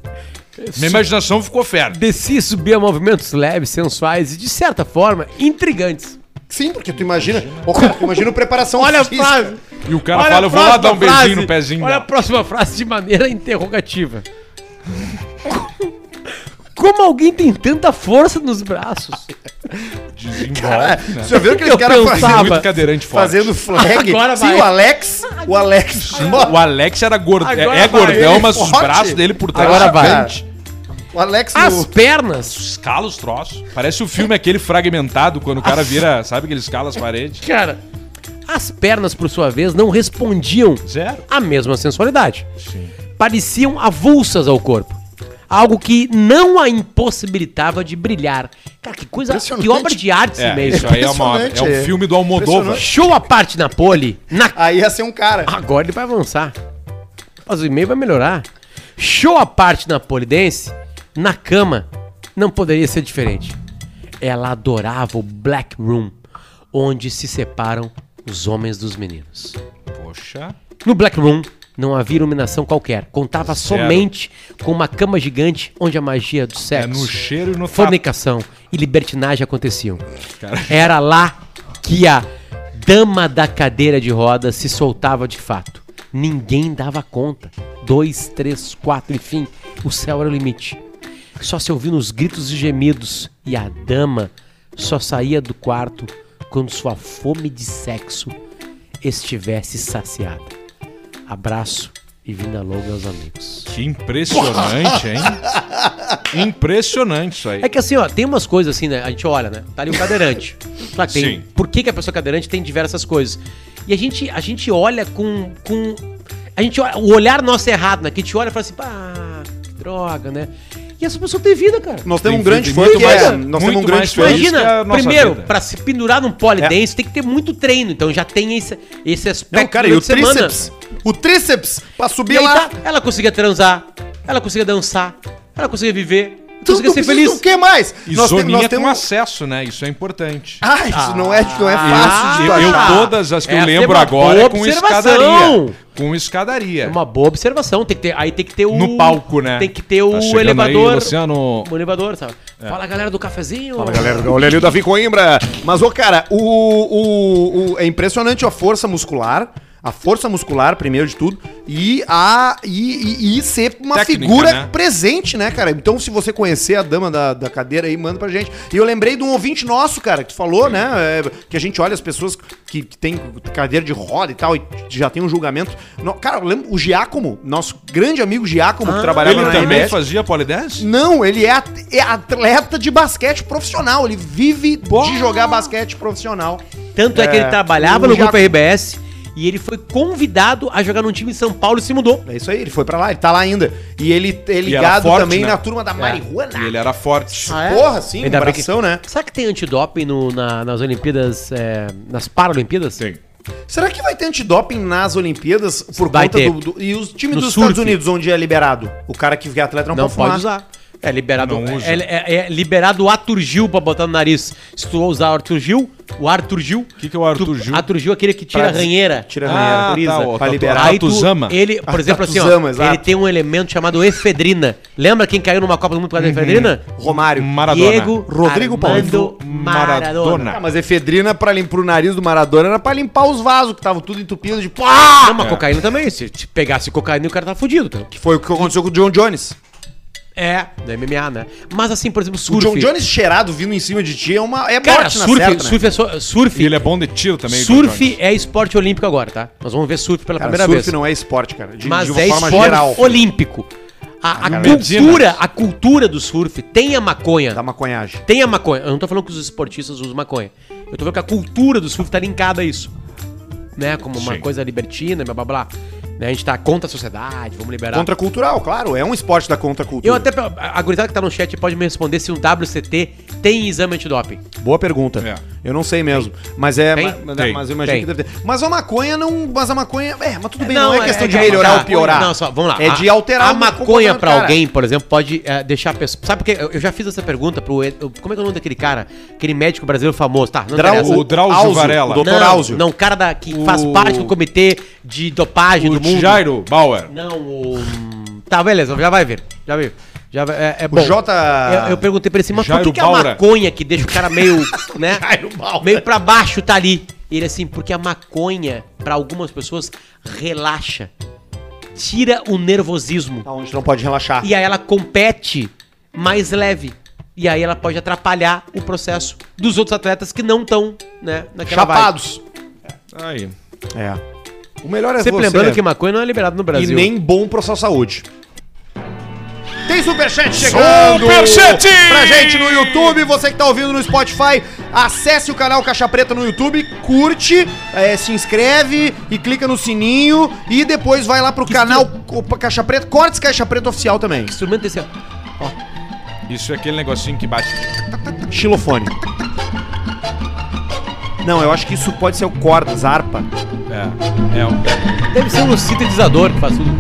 Minha imaginação ficou fera.
Descia e subia movimentos leves, sensuais e, de certa forma, intrigantes.
Sim, porque tu imagina. Ô, cara, tu imagina a preparação
Olha a
física.
frase.
E o cara
Olha
fala,
a
eu vou lá
próxima
dar um beijinho
frase.
no pezinho
Olha a
dela.
próxima frase de maneira interrogativa. Como alguém tem tanta força nos braços?
Desenvolve, né?
Já viram aquele
Ah, Eu
cara
pensava.
fazendo,
assim, Muito cadeirante forte.
fazendo flag?
Agora
Sim,
vai.
o Alex. O Alex.
O Alex era gordo, é,
Agora
é
vai.
gordão,
Ele
mas os
forte.
braços dele por trás
Agora vai.
gigante.
O Alex
As
no...
pernas.
Escala os troços. Parece o filme aquele fragmentado, quando o
Ah.
cara vira, sabe que ele escala as paredes.
Cara. As pernas, por sua vez, não respondiam
Zero.
à mesma sensualidade.
Sim.
Pareciam avulsas ao corpo. Algo que não a impossibilitava de brilhar. Cara, que coisa. Que
Impressionante.
obra de arte esse
É,
meio.
isso aí é uma obra. É um
Impressionante.
filme do Almodóvar.
Show à parte na pole, na
Aí ia ser um cara.
Agora ele vai avançar. Mas o e-mail vai melhorar. Show à parte na polidense, na cama, não poderia ser diferente. Ela adorava o Black Room, onde se separam os homens dos meninos.
Poxa.
No Black Room não havia iluminação qualquer. Contava
Zero.
somente com uma cama gigante onde a magia do
É
sexo,
no cheiro e no tato.
fornicação e libertinagem aconteciam.
Cara,
Era lá que a dama da cadeira de rodas se soltava de fato. Ninguém dava conta. Dois, três, quatro, enfim, o céu era o limite. Só se ouviam os gritos e gemidos, e a dama só saía do quarto quando sua fome de sexo estivesse saciada. Abraço e vinda longa aos amigos.
que impressionante, hein? Impressionante isso aí.
É que assim, ó, tem umas coisas assim, né? A gente olha, né? Tá ali um cadeirante. Claro que tem.
Sim.
Por que, que a pessoa é cadeirante tem diversas coisas? E a gente, a gente olha com. com a gente olha, o olhar nosso é errado, né? Que a gente olha e fala assim, pá, que droga, né? E essa pessoa tem vida, cara.
Nós temos
Tem
um grande
muito
fã que
mais-
é. Nós
muito
temos um grande
mais
fã.
feliz.
Imagina,
é isso que é a nossa
primeiro,
vida. É.
pra se pendurar num pole dance, tem que ter muito treino. Então já tem esse, esse aspecto
Não, É, cara,
durante
e o
a semana.
tríceps? O tríceps pra
E
subir
aí
lá.
tá, ela conseguia transar, ela conseguia dançar, ela conseguia viver,
Então,
Tu
conseguia ser feliz.
O que mais?
E
Nós, te-
zoninha
nós
com
temos. um
acesso, né? Isso é importante.
Ah, isso não é, não é
Ah,
fácil de
eu, eu-
achar.
todas as que eu
Essa é
lembro
uma
agora
boa
é com
observação.
escadaria. Com escadaria. Tá
É uma boa observação. Tem que ter, aí tem que ter o.
No palco, né?
Tem que ter
Tá
o
chegando
elevador.
Aí, Luciano. É.
O elevador, sabe? Fala galera do cafezinho.
Fala galera, olha ali o Davi Coimbra. Mas, ô cara, o, o, o- é impressionante a força muscular. A força muscular, primeiro de tudo, e, a, e, e- e ser uma
Técnica,
figura
né?
presente, né, cara? Então, se você conhecer a dama da, da cadeira aí, manda pra gente. E eu lembrei de um ouvinte nosso, cara, que tu falou, né? é, que a gente olha as pessoas que, que tem cadeira de roda e tal, e já tem um julgamento. No- cara, eu lembro o Giacomo, nosso grande amigo Giacomo, que trabalhava
Ah, Ele
na
também
MS.
fazia polidense?
Não, ele é at- é atleta de basquete profissional. Ele vive de jogar basquete profissional.
Tanto é, que ele
É,
trabalhava
o
no
Jaco-
grupo RBS e ele foi convidado a jogar num time em São Paulo e se mudou.
É isso aí, ele foi pra lá, ele tá lá ainda. E ele é
E era
ligado
forte,
também
né?
na turma da marihuana.
E ele era forte.
Ah, é?
Porra, sim,
Ainda bem que-
bração, né?
Será que tem antidoping no- na- nas Olimpíadas, é, nas Paralimpíadas?
Sim.
Será que vai ter antidoping nas Olimpíadas por
Vai
conta
ter.
do, do- E os times
No
dos
surf.
Estados Unidos, onde é liberado? O cara que é atleta não,
Não
pode,
pode
fumar.
usar. É liberado,
Não usa.
é, é- é liberado o Aturgil pra botar no nariz. Se tu usar o Aturgil, O Arthur Gil. O
Que que é o Arthur Gil?
Arthur Gil é aquele que tira
Pra
a
des-
ranheira.
Tira a
Ah,
ah,
tá, ó,
pra
tá,
liberar.
tá.
Aí tu-
Tatuzama.
ele,
Ah,
por exemplo, assim,
Tatuzama,
ó,
exato.
ele tem um elemento chamado efedrina. Lembra quem caiu numa Copa do Mundo por causa da efedrina?
Romário.
Hum, Maradona.
Diego
Rodrigo
Armando Maradona.
Maradona.
Ah, mas efedrina pra limpar o nariz do Maradona era pra limpar os vasos que estavam tudo entupido de
Ah,
pá!
Não, mas cocaína também. Se te pegasse cocaína, o cara tá fudido. Tá?
Que foi o que aconteceu com o John Jones.
É, da MMA, né? Mas assim, por exemplo, surf.
O John Jones cheirado vindo em cima de ti é uma é
Cara,
morte na
surf,
certa, né?
surf é só- surf.
E ele é bom de tiro também.
surf é esporte olímpico agora, tá? Nós vamos ver surf pela
Primeira
primeira
vez
vez.
que não é esporte, cara. De,
mas
de uma
é
forma
esporte
geral.
olímpico. A, a
Medina.
cultura, a cultura do surf tem a maconha.
Da maconhagem.
Tem a maconha. Eu não tô falando que os esportistas usam maconha. Eu tô falando que a cultura do surf tá linkada a isso. Né? Como uma
Sim.
coisa libertina, blá blá blá. Né? A gente tá contra a sociedade, vamos liberar.
Contracultural, claro. É um esporte da contracultura.
Eu até. A gurizada que tá no chat pode me responder se um o WCT tem exame antidoping.
Boa pergunta.
É.
Eu não sei mesmo. Mas é.
Tem?
ma- Mas,
Tem.
mas eu imagino
Tem.
que deve ter. Mas a maconha não. Mas a maconha. É, mas tudo bem,
Não,
não, é questão de
que
melhorar
tá.
ou piorar.
Não, só, vamos lá.
É de alterar
A
o
maconha
comportamento do
pra
cara.
alguém, por exemplo, pode eh, deixar a pessoa. Sabe porque eu, eu já fiz essa pergunta pro. Ed- o- Como é que é o nome daquele cara? Aquele médico brasileiro famoso, tá? Não
Drau-
interessa.
O Drauzio
Áuzio,
Varela.
o Dr.
Não,
Áuzio.
Não, o cara da, que
O-
faz parte do comitê de dopagem do
O
é mundo.
Jairo Bauer.
Não, o. Tá, beleza, já vai ver. Já vai ver. Já vai- é, é bom.
J-
Eu, eu perguntei pra ele assim, mas por
Jairo
que, que a
Baura.
maconha que deixa o cara meio, né? meio pra baixo tá ali. E ele assim, porque a maconha, pra algumas pessoas, relaxa. Tira o nervosismo.
Aonde Tá não pode relaxar.
E aí ela compete mais leve. E aí ela pode atrapalhar o processo dos outros atletas que não estão, né, naquela vibe.
Chapados.
Aí.
É. O melhor é
Sempre lembrando que maconha não é liberada no
E
Brasil.
nem bom pra sua saúde. Tem superchat chegando!
Superchat!
Pra gente no YouTube, você que tá ouvindo no Spotify, acesse o canal Caixa Preta no YouTube, curte, eh, se inscreve e clica no sininho e depois vai lá pro canal Opa, Caixa Preta, Cortes Caixa Preta Oficial também.
Instrumento desse...
Isso é aquele negocinho que bate.
Xilofone. Não, eu acho que isso pode ser o cordas, harpa.
É. É um.
Deve ser um sintetizador que faz tudo.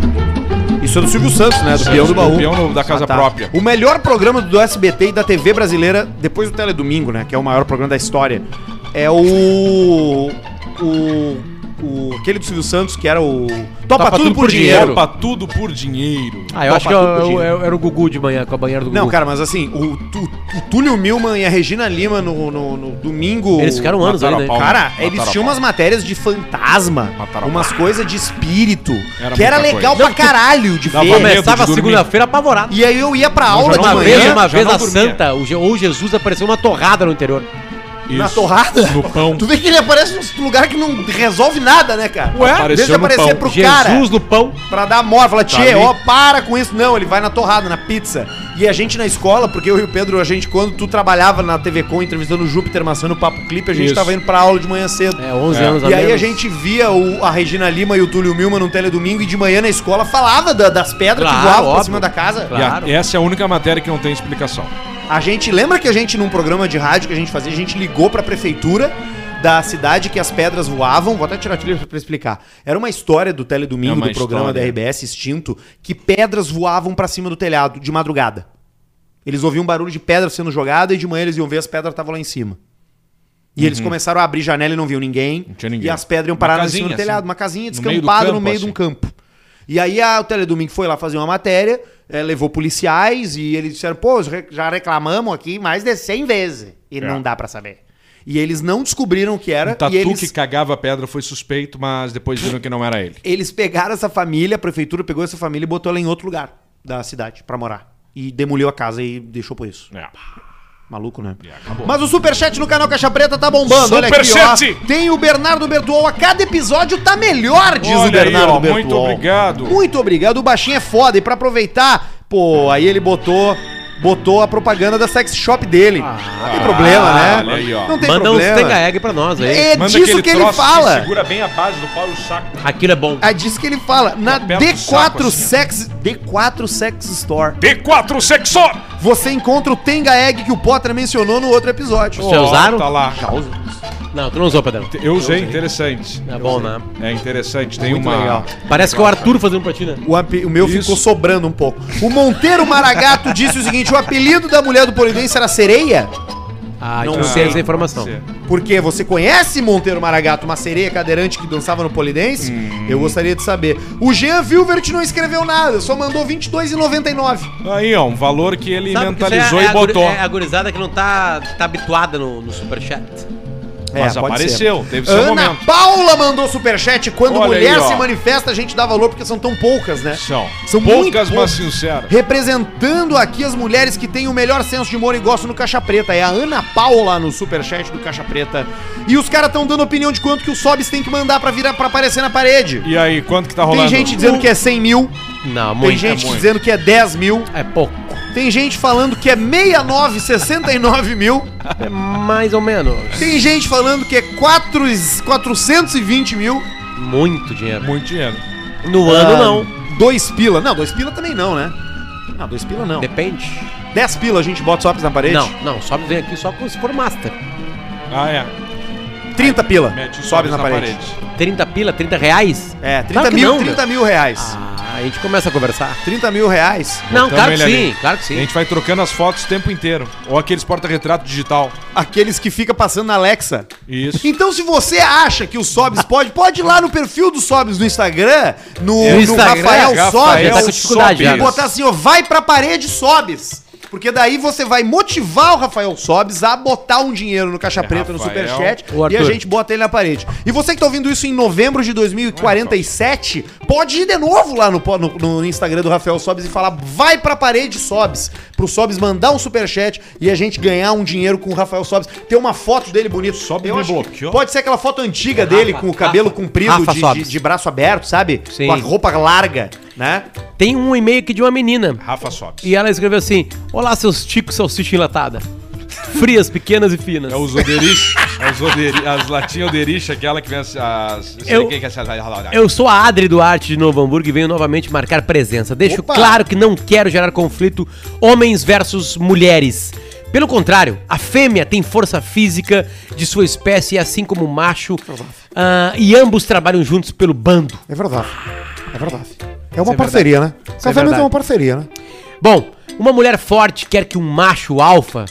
Isso é do Silvio Santos, né? Do
Isso é
Peão
do
do Baú.
Peão do- da Casa Própria.
O melhor programa do SBT e da TV brasileira, depois do Teledomingo, né? Que é o maior programa da história. É o. O. o aquele do Silvio Santos, que era o. Topa, tudo, por dinheiro.
Topa tudo por dinheiro.
Ah, eu
Topa
acho que eu-
tudo,
eu-
Gino.
eu- era o Gugu de manhã, com a banheira do Gugu.
Não, cara, mas assim, o, Tu- o Túlio Milman e a Regina Lima no, no- no domingo.
Eles ficaram anos
Mataram
ali,
a
né?
pau.
Cara,
Mataram
eles
a
tinham
pau.
umas matérias de fantasma,
Mataram a
umas coisas de espírito,
Era
que era
muita
legal
coisa.
pra caralho de
Dava
ver.
medo.
Começava
de dormir.
segunda-feira apavorado.
E aí eu ia pra aula
já
de
Uma
não
manhã.
vez, uma
já
vez
não
a
dormia.
santa, o Je- ou Jesus apareceu uma torrada no interior.
Na
Isso.
torrada?
No pão.
Tu vê que ele aparece num lugar que não resolve nada, né, cara?
Ué?
Em vez de
Apareceu no
aparecer
pão.
pro
Jesus
cara
no pão.
pra dar mó, fala, tchê,
ali.
ó, para com isso. Não, ele vai na torrada, na pizza. E a gente na escola, porque eu e o Pedro, a gente, quando tu trabalhava na TV Com, entrevistando o Júpiter Maçã no Papo Clipe, a gente
Isso.
tava indo pra aula de manhã cedo.
É, 11
É.
anos
E aí a
menos.
gente via o- a Regina Lima e o Túlio Milman no Teledomingo e de manhã na escola falava da- das pedras que
Claro,
voavam pra
óbvio.
cima da casa.
E a-
Claro.
essa é a única matéria que não tem explicação.
A gente lembra que a gente num programa de rádio que a gente fazia, a gente ligou pra prefeitura da cidade que as pedras voavam. Vou até tirar a trilha pra explicar. Era uma história do
É
Teledomingo
uma
do programa
história.
da RBS extinto que pedras voavam pra cima do telhado de madrugada. Eles ouviam barulho de pedra sendo jogada e de manhã eles iam ver as pedras estavam lá em cima. E eles começaram a abrir janela e não viam ninguém.
Uhum. Não tinha ninguém.
E as pedras iam
Uma
parar lá em
casinha,
cima do
assim.
telhado, uma casinha
No meio do
descampada no
campo,
meio de um
assim.
campo. E aí a, o Teledomingo foi lá fazer uma matéria, eh, levou policiais e eles disseram, pô, re- já reclamamos aqui mais de 100 vezes e não dá pra saber. E eles não descobriram o que era
O Um tatu
e eles,
que cagava a pedra foi suspeito, mas depois viram que não era ele.
eles pegaram essa família, a prefeitura pegou essa família e botou ela em outro lugar da cidade pra morar. E demoliu a casa e deixou por isso.
É.
Maluco, né? Mas o superchat no canal Caixa Preta tá bombando.
Superchat!
Olha aqui, ó. Tem o Bernardo Bertuol. A cada episódio tá melhor, diz
Olha
o Bernardo
aí, ó,
Bertuol.
muito obrigado.
Muito obrigado. O baixinho é foda. E pra aproveitar, pô, aí ele botou... Botou a propaganda da sex shop dele. não tem problema, né?
Ah, olha aí, ó.
Não tem
Manda uns
problema.
tenga-egg pra nós aí.
É disso que ele fala.
segura bem a base do pau e o saco.
Aquilo é bom.
É disso que ele fala. Na
Aperta o Tá saco
D4
assim, ó.
Sex... D4 Sex Store.
P4 sexo!
Você encontra o Tenga Egg que o Potter mencionou no outro episódio.
Vocês usaram?
Tá lá.
Não, tu não usou, Pedro.
Eu usei, interessante.
É bom, né?
É interessante, tem
Muito
uma.
legal.
Parece que é o Arthur
tá.
fazendo pra ti, né?
O, ape- o meu
Isso.
ficou sobrando um pouco. O Monteiro Maragato disse o seguinte: o apelido da mulher do Polidense era sereia?
Ah,
Não
não
sei.
sei essa informação.
Pode ser.
Porque você conhece Monteiro Maragato, uma sereia cadeirante que dançava no Polidense?
Hum.
Eu gostaria de saber. O Jean Vilvert não escreveu nada, só mandou 22,99.
Aí, ó, um valor que ele
Sabe que isso
mentalizou
é,
e botou.
É a gurizada que não tá, tá habituada no, no superchat.
Mas
É, pode
apareceu, teve seu
Ana
momento.
Paula mandou superchat. Quando
Olha
mulher
aí, ó.
se manifesta, a gente dá valor porque são tão poucas, né?
São,
São muito
poucas,
poucas.
mas sinceras.
Representando aqui as mulheres que têm o melhor senso de humor e gostam do Caixa Preta. É a Ana Paula no superchat do Caixa Preta. E os caras estão dando opinião de quanto que o Sobs tem que mandar pra virar para aparecer na parede.
E aí, quanto que tá rolando?
Tem gente dizendo que é 100 mil,
Não,
tem
muito.
gente
muito.
dizendo que é 10 mil,
É pouco.
tem gente falando que é 69, 69 mil,
É mais ou menos.
tem gente falando que é 4, 420 mil.
Muito
é
dinheiro.
Muito dinheiro.
No ano, não.
Ah, Dois pila. Não, dois pila também não, né? Não, dois pila não.
Depende.
10 pila a gente bota o Sobs na parede?
Não, não. Sobe vem aqui só com se for master.
Ah, é.
30 pila.
Mete os
Sobe
olhos
na, parede.
30 pila, 30 reais?
É, 30
Claro que
mil,
não,
30 mil reais.
Ah, a gente começa a conversar.
30 mil reais.
não,
Botamos
claro que
ele
sim,
ali.
claro que
A
sim.
gente vai trocando as fotos o tempo inteiro. Ou aqueles porta-retrato digital.
Aqueles que fica passando na Alexa.
Isso.
Então, se você acha que o Sobs pode, pode ir lá no perfil do Sobs no Instagram, no, no
Instagram,
Rafael,
Rafael
Sobs,
Já tá com dificuldade
Sobis.
já.
e botar assim, ó, vai pra parede Sobs. Porque daí você vai motivar o Rafael Sobs a botar um dinheiro no Caixa Preta, no
É, Rafael.
Superchat,
O
e a
Arthur.
gente bota ele na parede. E você que tá ouvindo isso em novembro de 2047, pode ir de novo lá no, po- no- no Instagram do Rafael Sobs e falar, vai pra parede Sobs, pro Sobs mandar um Superchat e a gente ganhar um dinheiro com o Rafael Sobs. Ter uma foto dele bonito.
Sobs
Eu
me
acho-
bloqueou.
Pode ser aquela foto antiga dele, com o cabelo
Rafa,
comprido,
Rafa
de- de,
Sobs.
de braço aberto, sabe?
Sim.
Com a roupa larga, né?
Tem um e-mail aqui de uma menina.
Rafa Sobis.
E ela escreveu assim: Olá, seus ticos salsicha enlatada. Frias, pequenas e finas.
É os oderiche, é os oderi, as latinhas oderiche, aquela que vem as... as sei
Eu-
quem que é essa-
Eu sou a Adri Duarte de Novo Hamburgo e venho novamente marcar presença. Deixo
Opa!
claro que não quero gerar conflito homens versus mulheres. Pelo contrário, a fêmea tem força física de sua espécie, assim como o macho, ah, e ambos trabalham juntos pelo bando.
É verdade. É verdade. É uma
é
parceria, né?
é
Casamento é,
verdade.
uma parceria, né?
Bom, uma mulher forte quer que um macho alfa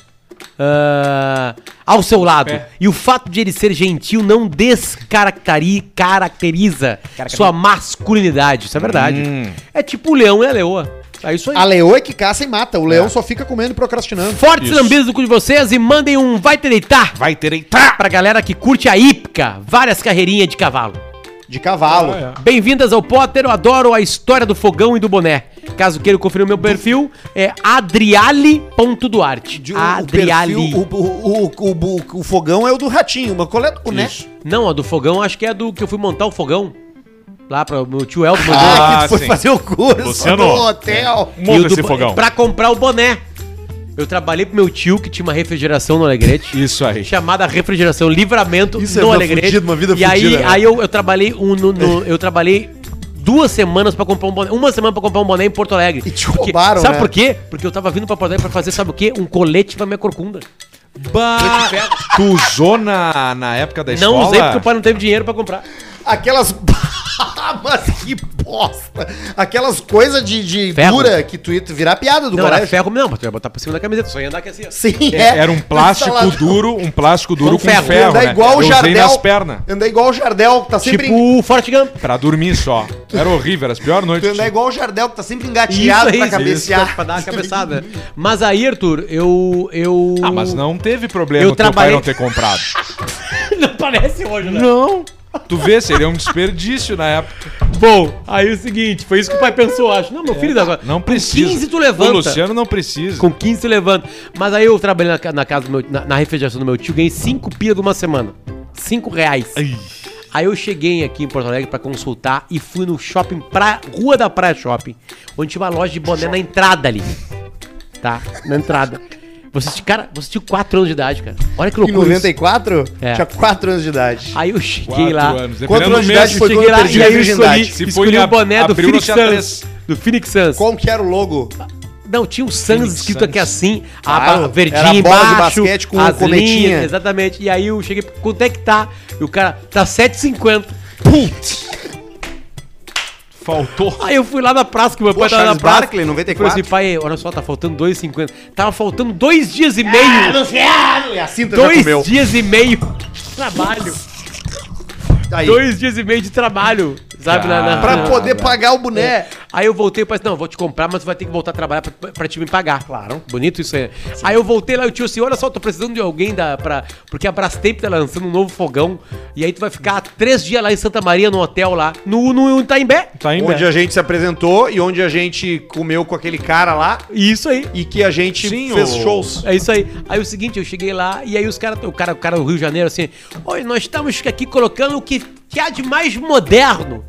ah, ao seu lado. E o fato de ele ser gentil não descaracteriza sua masculinidade. Isso é verdade. É tipo o leão e a leoa. É isso aí.
A leoa é que caça e mata. O leão só fica comendo e procrastinando.
Fortes
Isso.
lambidas no cu de vocês e mandem um vai te deitar
Vai ter entrar!
pra galera que curte a hípica, várias carreirinhas de cavalo.
De cavalo.
Ah, é.
Bem-vindas ao Potter, eu adoro a história do fogão e do boné. Caso queiram conferir o meu perfil, é adriale.duarte.
De- o-
um
o
Adriale.
perfil- O, o, o, o, o- o fogão é o do ratinho, mas qual é o né?
Isso.
Não, a do fogão acho que é do que eu fui montar o fogão. Lá pra meu tio Elvio mandou.
Ah,
que tu foi
sim.
fazer o curso
Luciano.
no hotel.
E o
Monta
do
esse
bo-
fogão.
Pra comprar o boné. Eu trabalhei pro meu tio que tinha uma refrigeração no Alegrete.
Isso aí.
chamada refrigeração livramento
Isso é
no
uma
Alegrete.
fudida, uma vida
e aí,
fudida, né?
aí eu, eu trabalhei um, no- no- eu trabalhei duas semanas pra comprar um boné, uma semana pra comprar um boné em Porto Alegre.
E te roubaram,
Sabe
né?
por quê? Porque eu tava vindo pra Porto Alegre pra fazer, sabe o quê? Um colete pra minha corcunda.
Tu usou na, na época da
Não
escola?
usei porque o pai não teve dinheiro pra comprar.
Aquelas. mas que bosta! Aquelas coisas de, de
Ferro.
dura que tu ia virar piada do
Não, era
colégio.
ferro, não, mas tu ia botar por cima da camiseta, só ia andar aqui assim, ó.
Sim,
É, Era um plástico
Instalador.
duro, um plástico duro
Com
com ferro,
ferro.
Andar
né?
é igual o
eu usei
Jardel.
nas pernas.
Andar igual o Jardel, que tá sempre.
Tipo
en-
o Forrest Gump.
Pra dormir só. Era horrível, era as piores
Tu
noites.
andar igual o Jardel, que tá sempre engatilhado pra cabecear.
é pra dar uma cabeçada. Mas aí, Arthur, eu... eu...
Ah, mas não teve problema
Eu
o teu pai
trabalhei-
não ter comprado.
não parece hoje, né?
Não. Tu vê, seria um desperdício na época.
Bom, aí é o seguinte, foi isso que o pai pensou, acho. Não, meu filho, agora...
É. Não precisa.
15 tu levanta.
O Luciano não precisa.
Com 15 tu levanta. Mas aí eu trabalhei na, ca- na casa do meu, na, na refrigeração do meu tio, ganhei 5 pia de uma semana. 5 reais. Aí eu cheguei aqui em Porto Alegre pra consultar e fui no shopping pra Rua da Praia Shopping, onde tinha uma loja de boné na entrada ali. Tá? Na entrada. Você, tinha- cara, você tinha 4 anos de idade, cara. Olha que
Em
loucura. isso.
94?
É.
Tinha 4 anos de idade.
Aí eu cheguei
Quatro
lá.
anos.
Quantos
Dependendo
anos de
do mês,
idade foi
cheguei
quando
Cheguei
eu
lá
perdi
e é
a
aí eu
virgindade?
escolhi,
Se foi
escolhi
em
o boné do
abril,
Phoenix
não tinha
Suns. Do Phoenix Suns.
Como que era o logo?
Não, tinha o Suns escrito aqui assim, a
Claro,
ba- verdinha
era a bola de
embaixo,
basquete com
as
cometinha.
linhas, exatamente. E aí eu cheguei, quanto é que tá? E o cara, tá 7,50. Putz!
Faltou.
Aí eu fui lá na praça, que meu
Pô,
pai tava na
Charles
praça.
Barkley,
Eu falei assim,
94.
pai, olha só, tá faltando 2,50. Tava faltando dois dias e meio.
É, A cinta É, já
dois
comeu.
dias e meio de trabalho.
Tá Aí.
Dois dias e meio de trabalho, sabe? na- na-
Pra
na-
poder pagar o boné.
É. Aí eu voltei e falei, assim, não, vou te comprar, mas vai ter que voltar a trabalhar pra, pra te me pagar.
Claro.
Bonito isso aí. Aí eu voltei lá e o tio assim, olha só, tô precisando de alguém da, pra, porque a Brastemp tá lançando um novo fogão. E aí tu vai ficar três dias lá em Santa Maria, no hotel lá, no, no Itaimbé. é?
Tá em
Onde
bem.
a gente se apresentou e onde a gente comeu com aquele cara lá
E isso aí.
e que a gente
Sim,
fez
o-
shows.
É isso aí. Aí o seguinte, eu cheguei lá e aí os caras, o cara, o cara do Rio de Janeiro assim, olha, nós estamos aqui colocando o que, que há de mais moderno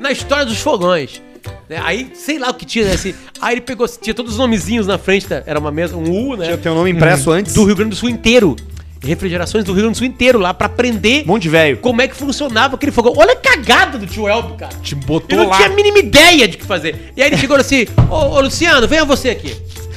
na história dos fogões. Né? Aí, sei lá o que tinha, né? Assim, aí ele pegou, tinha todos os nomezinhos na frente, tá? era uma mesa, um U, né?
Tinha teu nome impresso antes.
Do Rio Grande do Sul inteiro. Refrigerações do Rio Grande do Sul inteiro lá pra aprender
Um Monte de velho.
como é que funcionava aquele fogão. Olha a cagada do tio Elbo, cara.
Te
Eu
botou
não
lá.
tinha a mínima ideia de o que fazer. E aí ele chegou assim: Ô, ô Luciano, venha você aqui.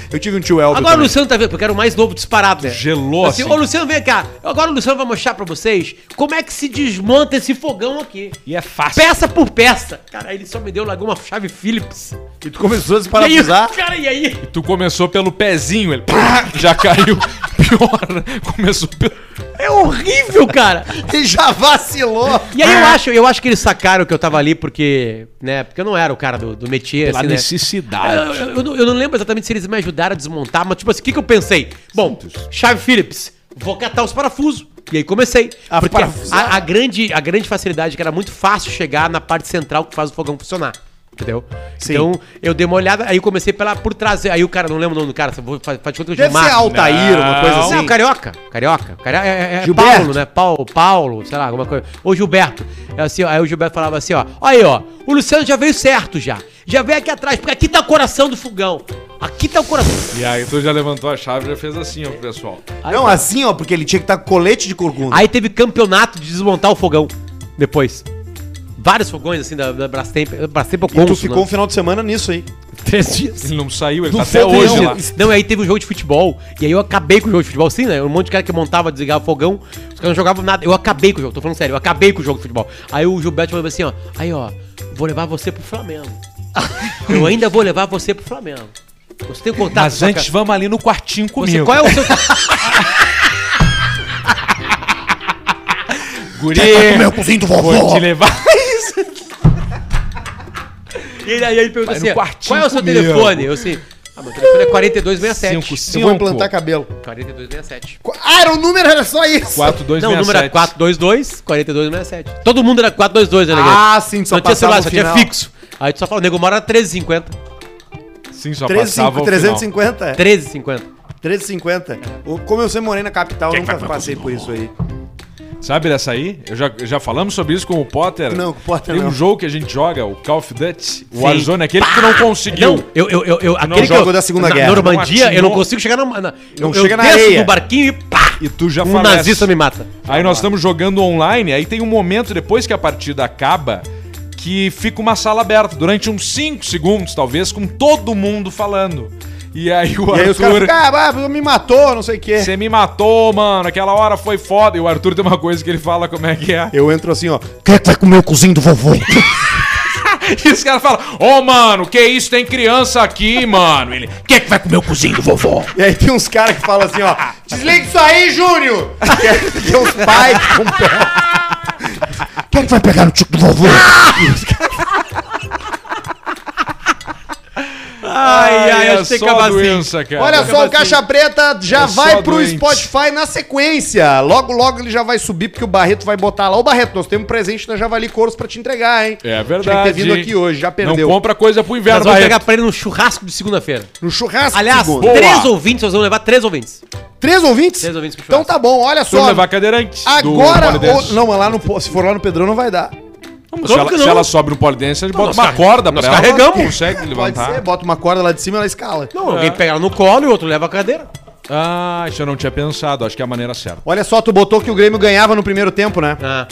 Eu tive um tio Elber.
Agora o
também.
Luciano tá vendo, porque era o mais novo disparado, né?
Gelou
assim.
assim.
Ô, Luciano, vem cá. Agora o Luciano vai mostrar pra vocês como é que se desmonta esse fogão aqui.
E é fácil.
Peça por peça. Cara, aí ele só me deu largou uma chave Phillips.
E tu começou a se
e aí,
ah.
parafusar.
cara, e aí?
Tu começou pelo pezinho, ele pá, já caiu. Pior, começou pelo.
É horrível, cara.
E já vacilou.
E aí eu
Ah.
acho, eu acho que eles sacaram que eu tava ali porque, né, porque eu não era o cara do, do métier,
Pela
assim, né? Eu,
necessidade.
eu- eu não- eu não lembro exatamente se eles me ajudaram a desmontar, mas tipo assim, o que, que eu pensei? Bom, chave Phillips, vou catar os parafusos. E aí comecei.
A
porque
parafusar.
a, a grande, a grande facilidade é que era muito fácil chegar na parte central que faz o fogão funcionar. Entendeu?
Sim.
Então, eu dei uma olhada, aí eu comecei pela, por trás. Aí o cara, não lembro o nome do cara, só vou- faz, faz de conta que eu um
Deve ser
Marco.
Altair, uma coisa
Não,
assim.
carioca. Carioca. Cari é, é- é
Gilberto.
Paulo, né? Paulo, Paulo, sei lá, alguma coisa. Ou Gilberto. É assim, ó, aí o Gilberto falava assim, ó. Aí, ó. O Luciano já veio certo já. Já veio aqui atrás, porque aqui tá o coração do fogão. Aqui tá o coração.
E aí tu já levantou a chave e já fez assim, ó, pro pessoal.
Não, assim, ó, porque ele tinha que estar com colete de corcunda.
Aí teve campeonato de desmontar o fogão. Depois. Vários fogões, assim, da, da Brastemp. Brastemp é eu
E
conto,
tu ficou um final de semana nisso aí.
três dias.
Ele não saiu, ele
Não
tá até
foi
hoje
não.
lá.
Não, e aí teve um jogo de futebol, e aí eu acabei com o jogo de futebol, sim, né? Um monte de cara que montava, desligava fogão, os caras não jogavam nada. Eu acabei com o jogo, tô falando sério, eu acabei com o jogo de futebol. Aí o Gilberto falou assim, ó, aí ó, vou levar você pro Flamengo. eu ainda vou levar você pro Flamengo. Você tem contato
Mas
com essa
antes, vamos ali no quartinho
você,
comigo.
qual é o seu...
tá
Guri,
cozinho do
vou te levar.
e aí, aí ele perguntou
Vai no
assim, ó,
quartinho
qual é o seu
comigo.
telefone? Eu assim, ah, meu telefone é 4267.
5,
Eu vou implantar cabelo.
4267.
Ah, era o número, era só isso.
4, 2,
Não, o número é era 422, 4267. Todo mundo era 422, né, Negrete?
Ah, sim,
Só
só
não tinha celular,
passava
só
o
tinha
final.
fixo. Aí tu só fala, o nego mora era 13,50.
Sim, só
13,
passava 350.
350, é.
13,50.
13,50. O- Como eu sempre morei na capital,
é
eu nunca passei por isso aí.
Sabe dessa aí? Eu já, já falamos sobre isso com o Potter.
Não, com o Potter
Tem um
não.
jogo que a gente joga, o Call of Duty, o Warzone, é aquele que tu não
É,
conseguiu.
Não, eu, eu, eu, eu aquele
jogo
que eu,
da Segunda
na
Guerra.
Normandia,
Não
eu não
atinou.
consigo chegar na. na eu,
chega
eu
na
desço
areia.
do barquinho e pá!
E tu já
um
falece.
nazista me mata.
Aí nós estamos jogando online, aí tem um momento depois que a partida acaba que fica uma sala aberta durante uns 5 segundos, talvez, com todo mundo falando. E aí o
E aí os caras
Arthur.
ficam, ah, ah, me matou, não sei o quê.
Você me matou, mano. Aquela hora foi foda. E o Arthur tem uma coisa que ele fala como é que é.
Eu entro assim, ó. Quem é que vai comer o cozinho do vovô?
E os caras falam: Ô, mano, que isso? Tem criança aqui, mano. Ele. Quem é que vai comer o cozinho do vovó?
e aí tem uns caras que falam assim, ó. Desliga isso aí, Júnior! Que é- que é uns pais com pé.
Quem é que vai pegar no tico do vovô?
Ai,
é
ai,
acho
acho
que
que
tem que acabar assim.
é doença, cara.
Olha só, o Caixa Preta já
É só
vai pro
doente.
Spotify na sequência. Logo, logo ele já vai subir, porque o Barreto vai botar lá. Ô, Barreto, nós temos um presente da Javali Couros pra te entregar, hein?
É
Tinha
verdade.
que ter vindo aqui hoje, já perdeu.
Não compra coisa pro
Nós
inverno,
vamos
Barreto.
pegar pra ele no churrasco de segunda-feira.
No churrasco.
Aliás,
segundo.
três
Boa.
ouvintes, nós vamos levar três ouvintes.
Três ouvintes?
Três ouvintes pro
Então
churrasco.
tá bom, olha
Tu
só.
levar cadeirante. do
Agora.
Polidense.
Ou, não, mas lá no, po- se for lá no Pedrão, não vai dar.
se,
claro
ela,
que
se
não.
ela sobe no polidense, a gente bota
nós
uma
carre-
corda
nós
pra ela.
carregamos.
Consegue levantar.
Pode ser, bota uma corda lá de cima e ela É. escala.
Não, alguém pega ela no colo e o outro leva a cadeira.
Ah, isso eu não tinha pensado. Acho que é a maneira certa.
Olha só, tu botou que o Grêmio ganhava no primeiro tempo, né?
Ah,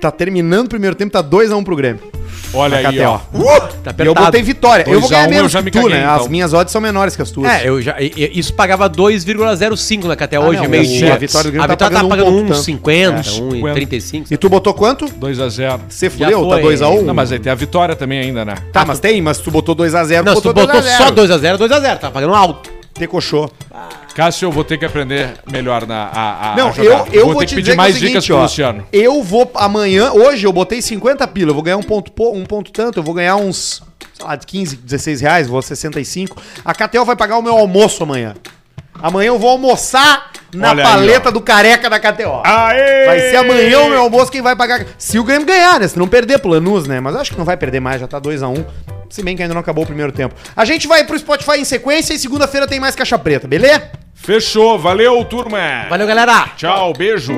tá terminando o primeiro tempo, tá 2x1 pro Grêmio.
Olha
Na
aí,
KTO.
ó.
Tá
Uh! E eu
apertado.
botei vitória. eu vou
2 a 1,
ganhar
eu
menos
já
que
me
tu,
caguei,
né?
então.
As minhas odds são menores que as tuas.
É, eu já, e- e- isso pagava 2,05 na né, até hoje,
Ah, não,
meio-dia.
o- a vitória do Grêmio
A
tá
vitória tá
pagando
pagando
um ponto,
1,50,
É.
1,35.
E tu botou quanto?
2x0.
Você
Já
fudeu, tá
foi.
2x1?
Não, mas é- aí tem a vitória também ainda, né?
Tá, mas tem, mas tu botou 2x0,
Não, se tu botou
2x0.
só 2x0, 2x0, tá pagando alto.
Tecochou.
Cássio, eu vou ter que aprender melhor na, a, a
Não, eu,
a Ah, jogar.
eu vou,
ter
te
que pedir
dizer que
mais
é o seguinte,
dicas pro
ó,
Luciano.
Eu vou amanhã, hoje eu botei 50 pila, eu vou ganhar um ponto, po- um ponto tanto, eu vou ganhar uns, sei lá, 15, 16 reais, vou a 65. A KTO vai pagar o meu almoço amanhã. Amanhã eu vou almoçar na
Olha aí, Ah,
paleta do careca da KTO.
Aê!
Vai ser amanhã o meu almoço quem vai pagar. Se o Grêmio ganhar, né? Se não perder pro Lanús, né? Mas acho que não vai perder mais, já tá 2x1. Se bem que ainda não acabou o primeiro tempo. A gente vai pro Spotify em sequência e segunda-feira tem mais Caixa Preta, beleza?
Fechou, valeu, turma.
Valeu, galera!
Tchau, beijo.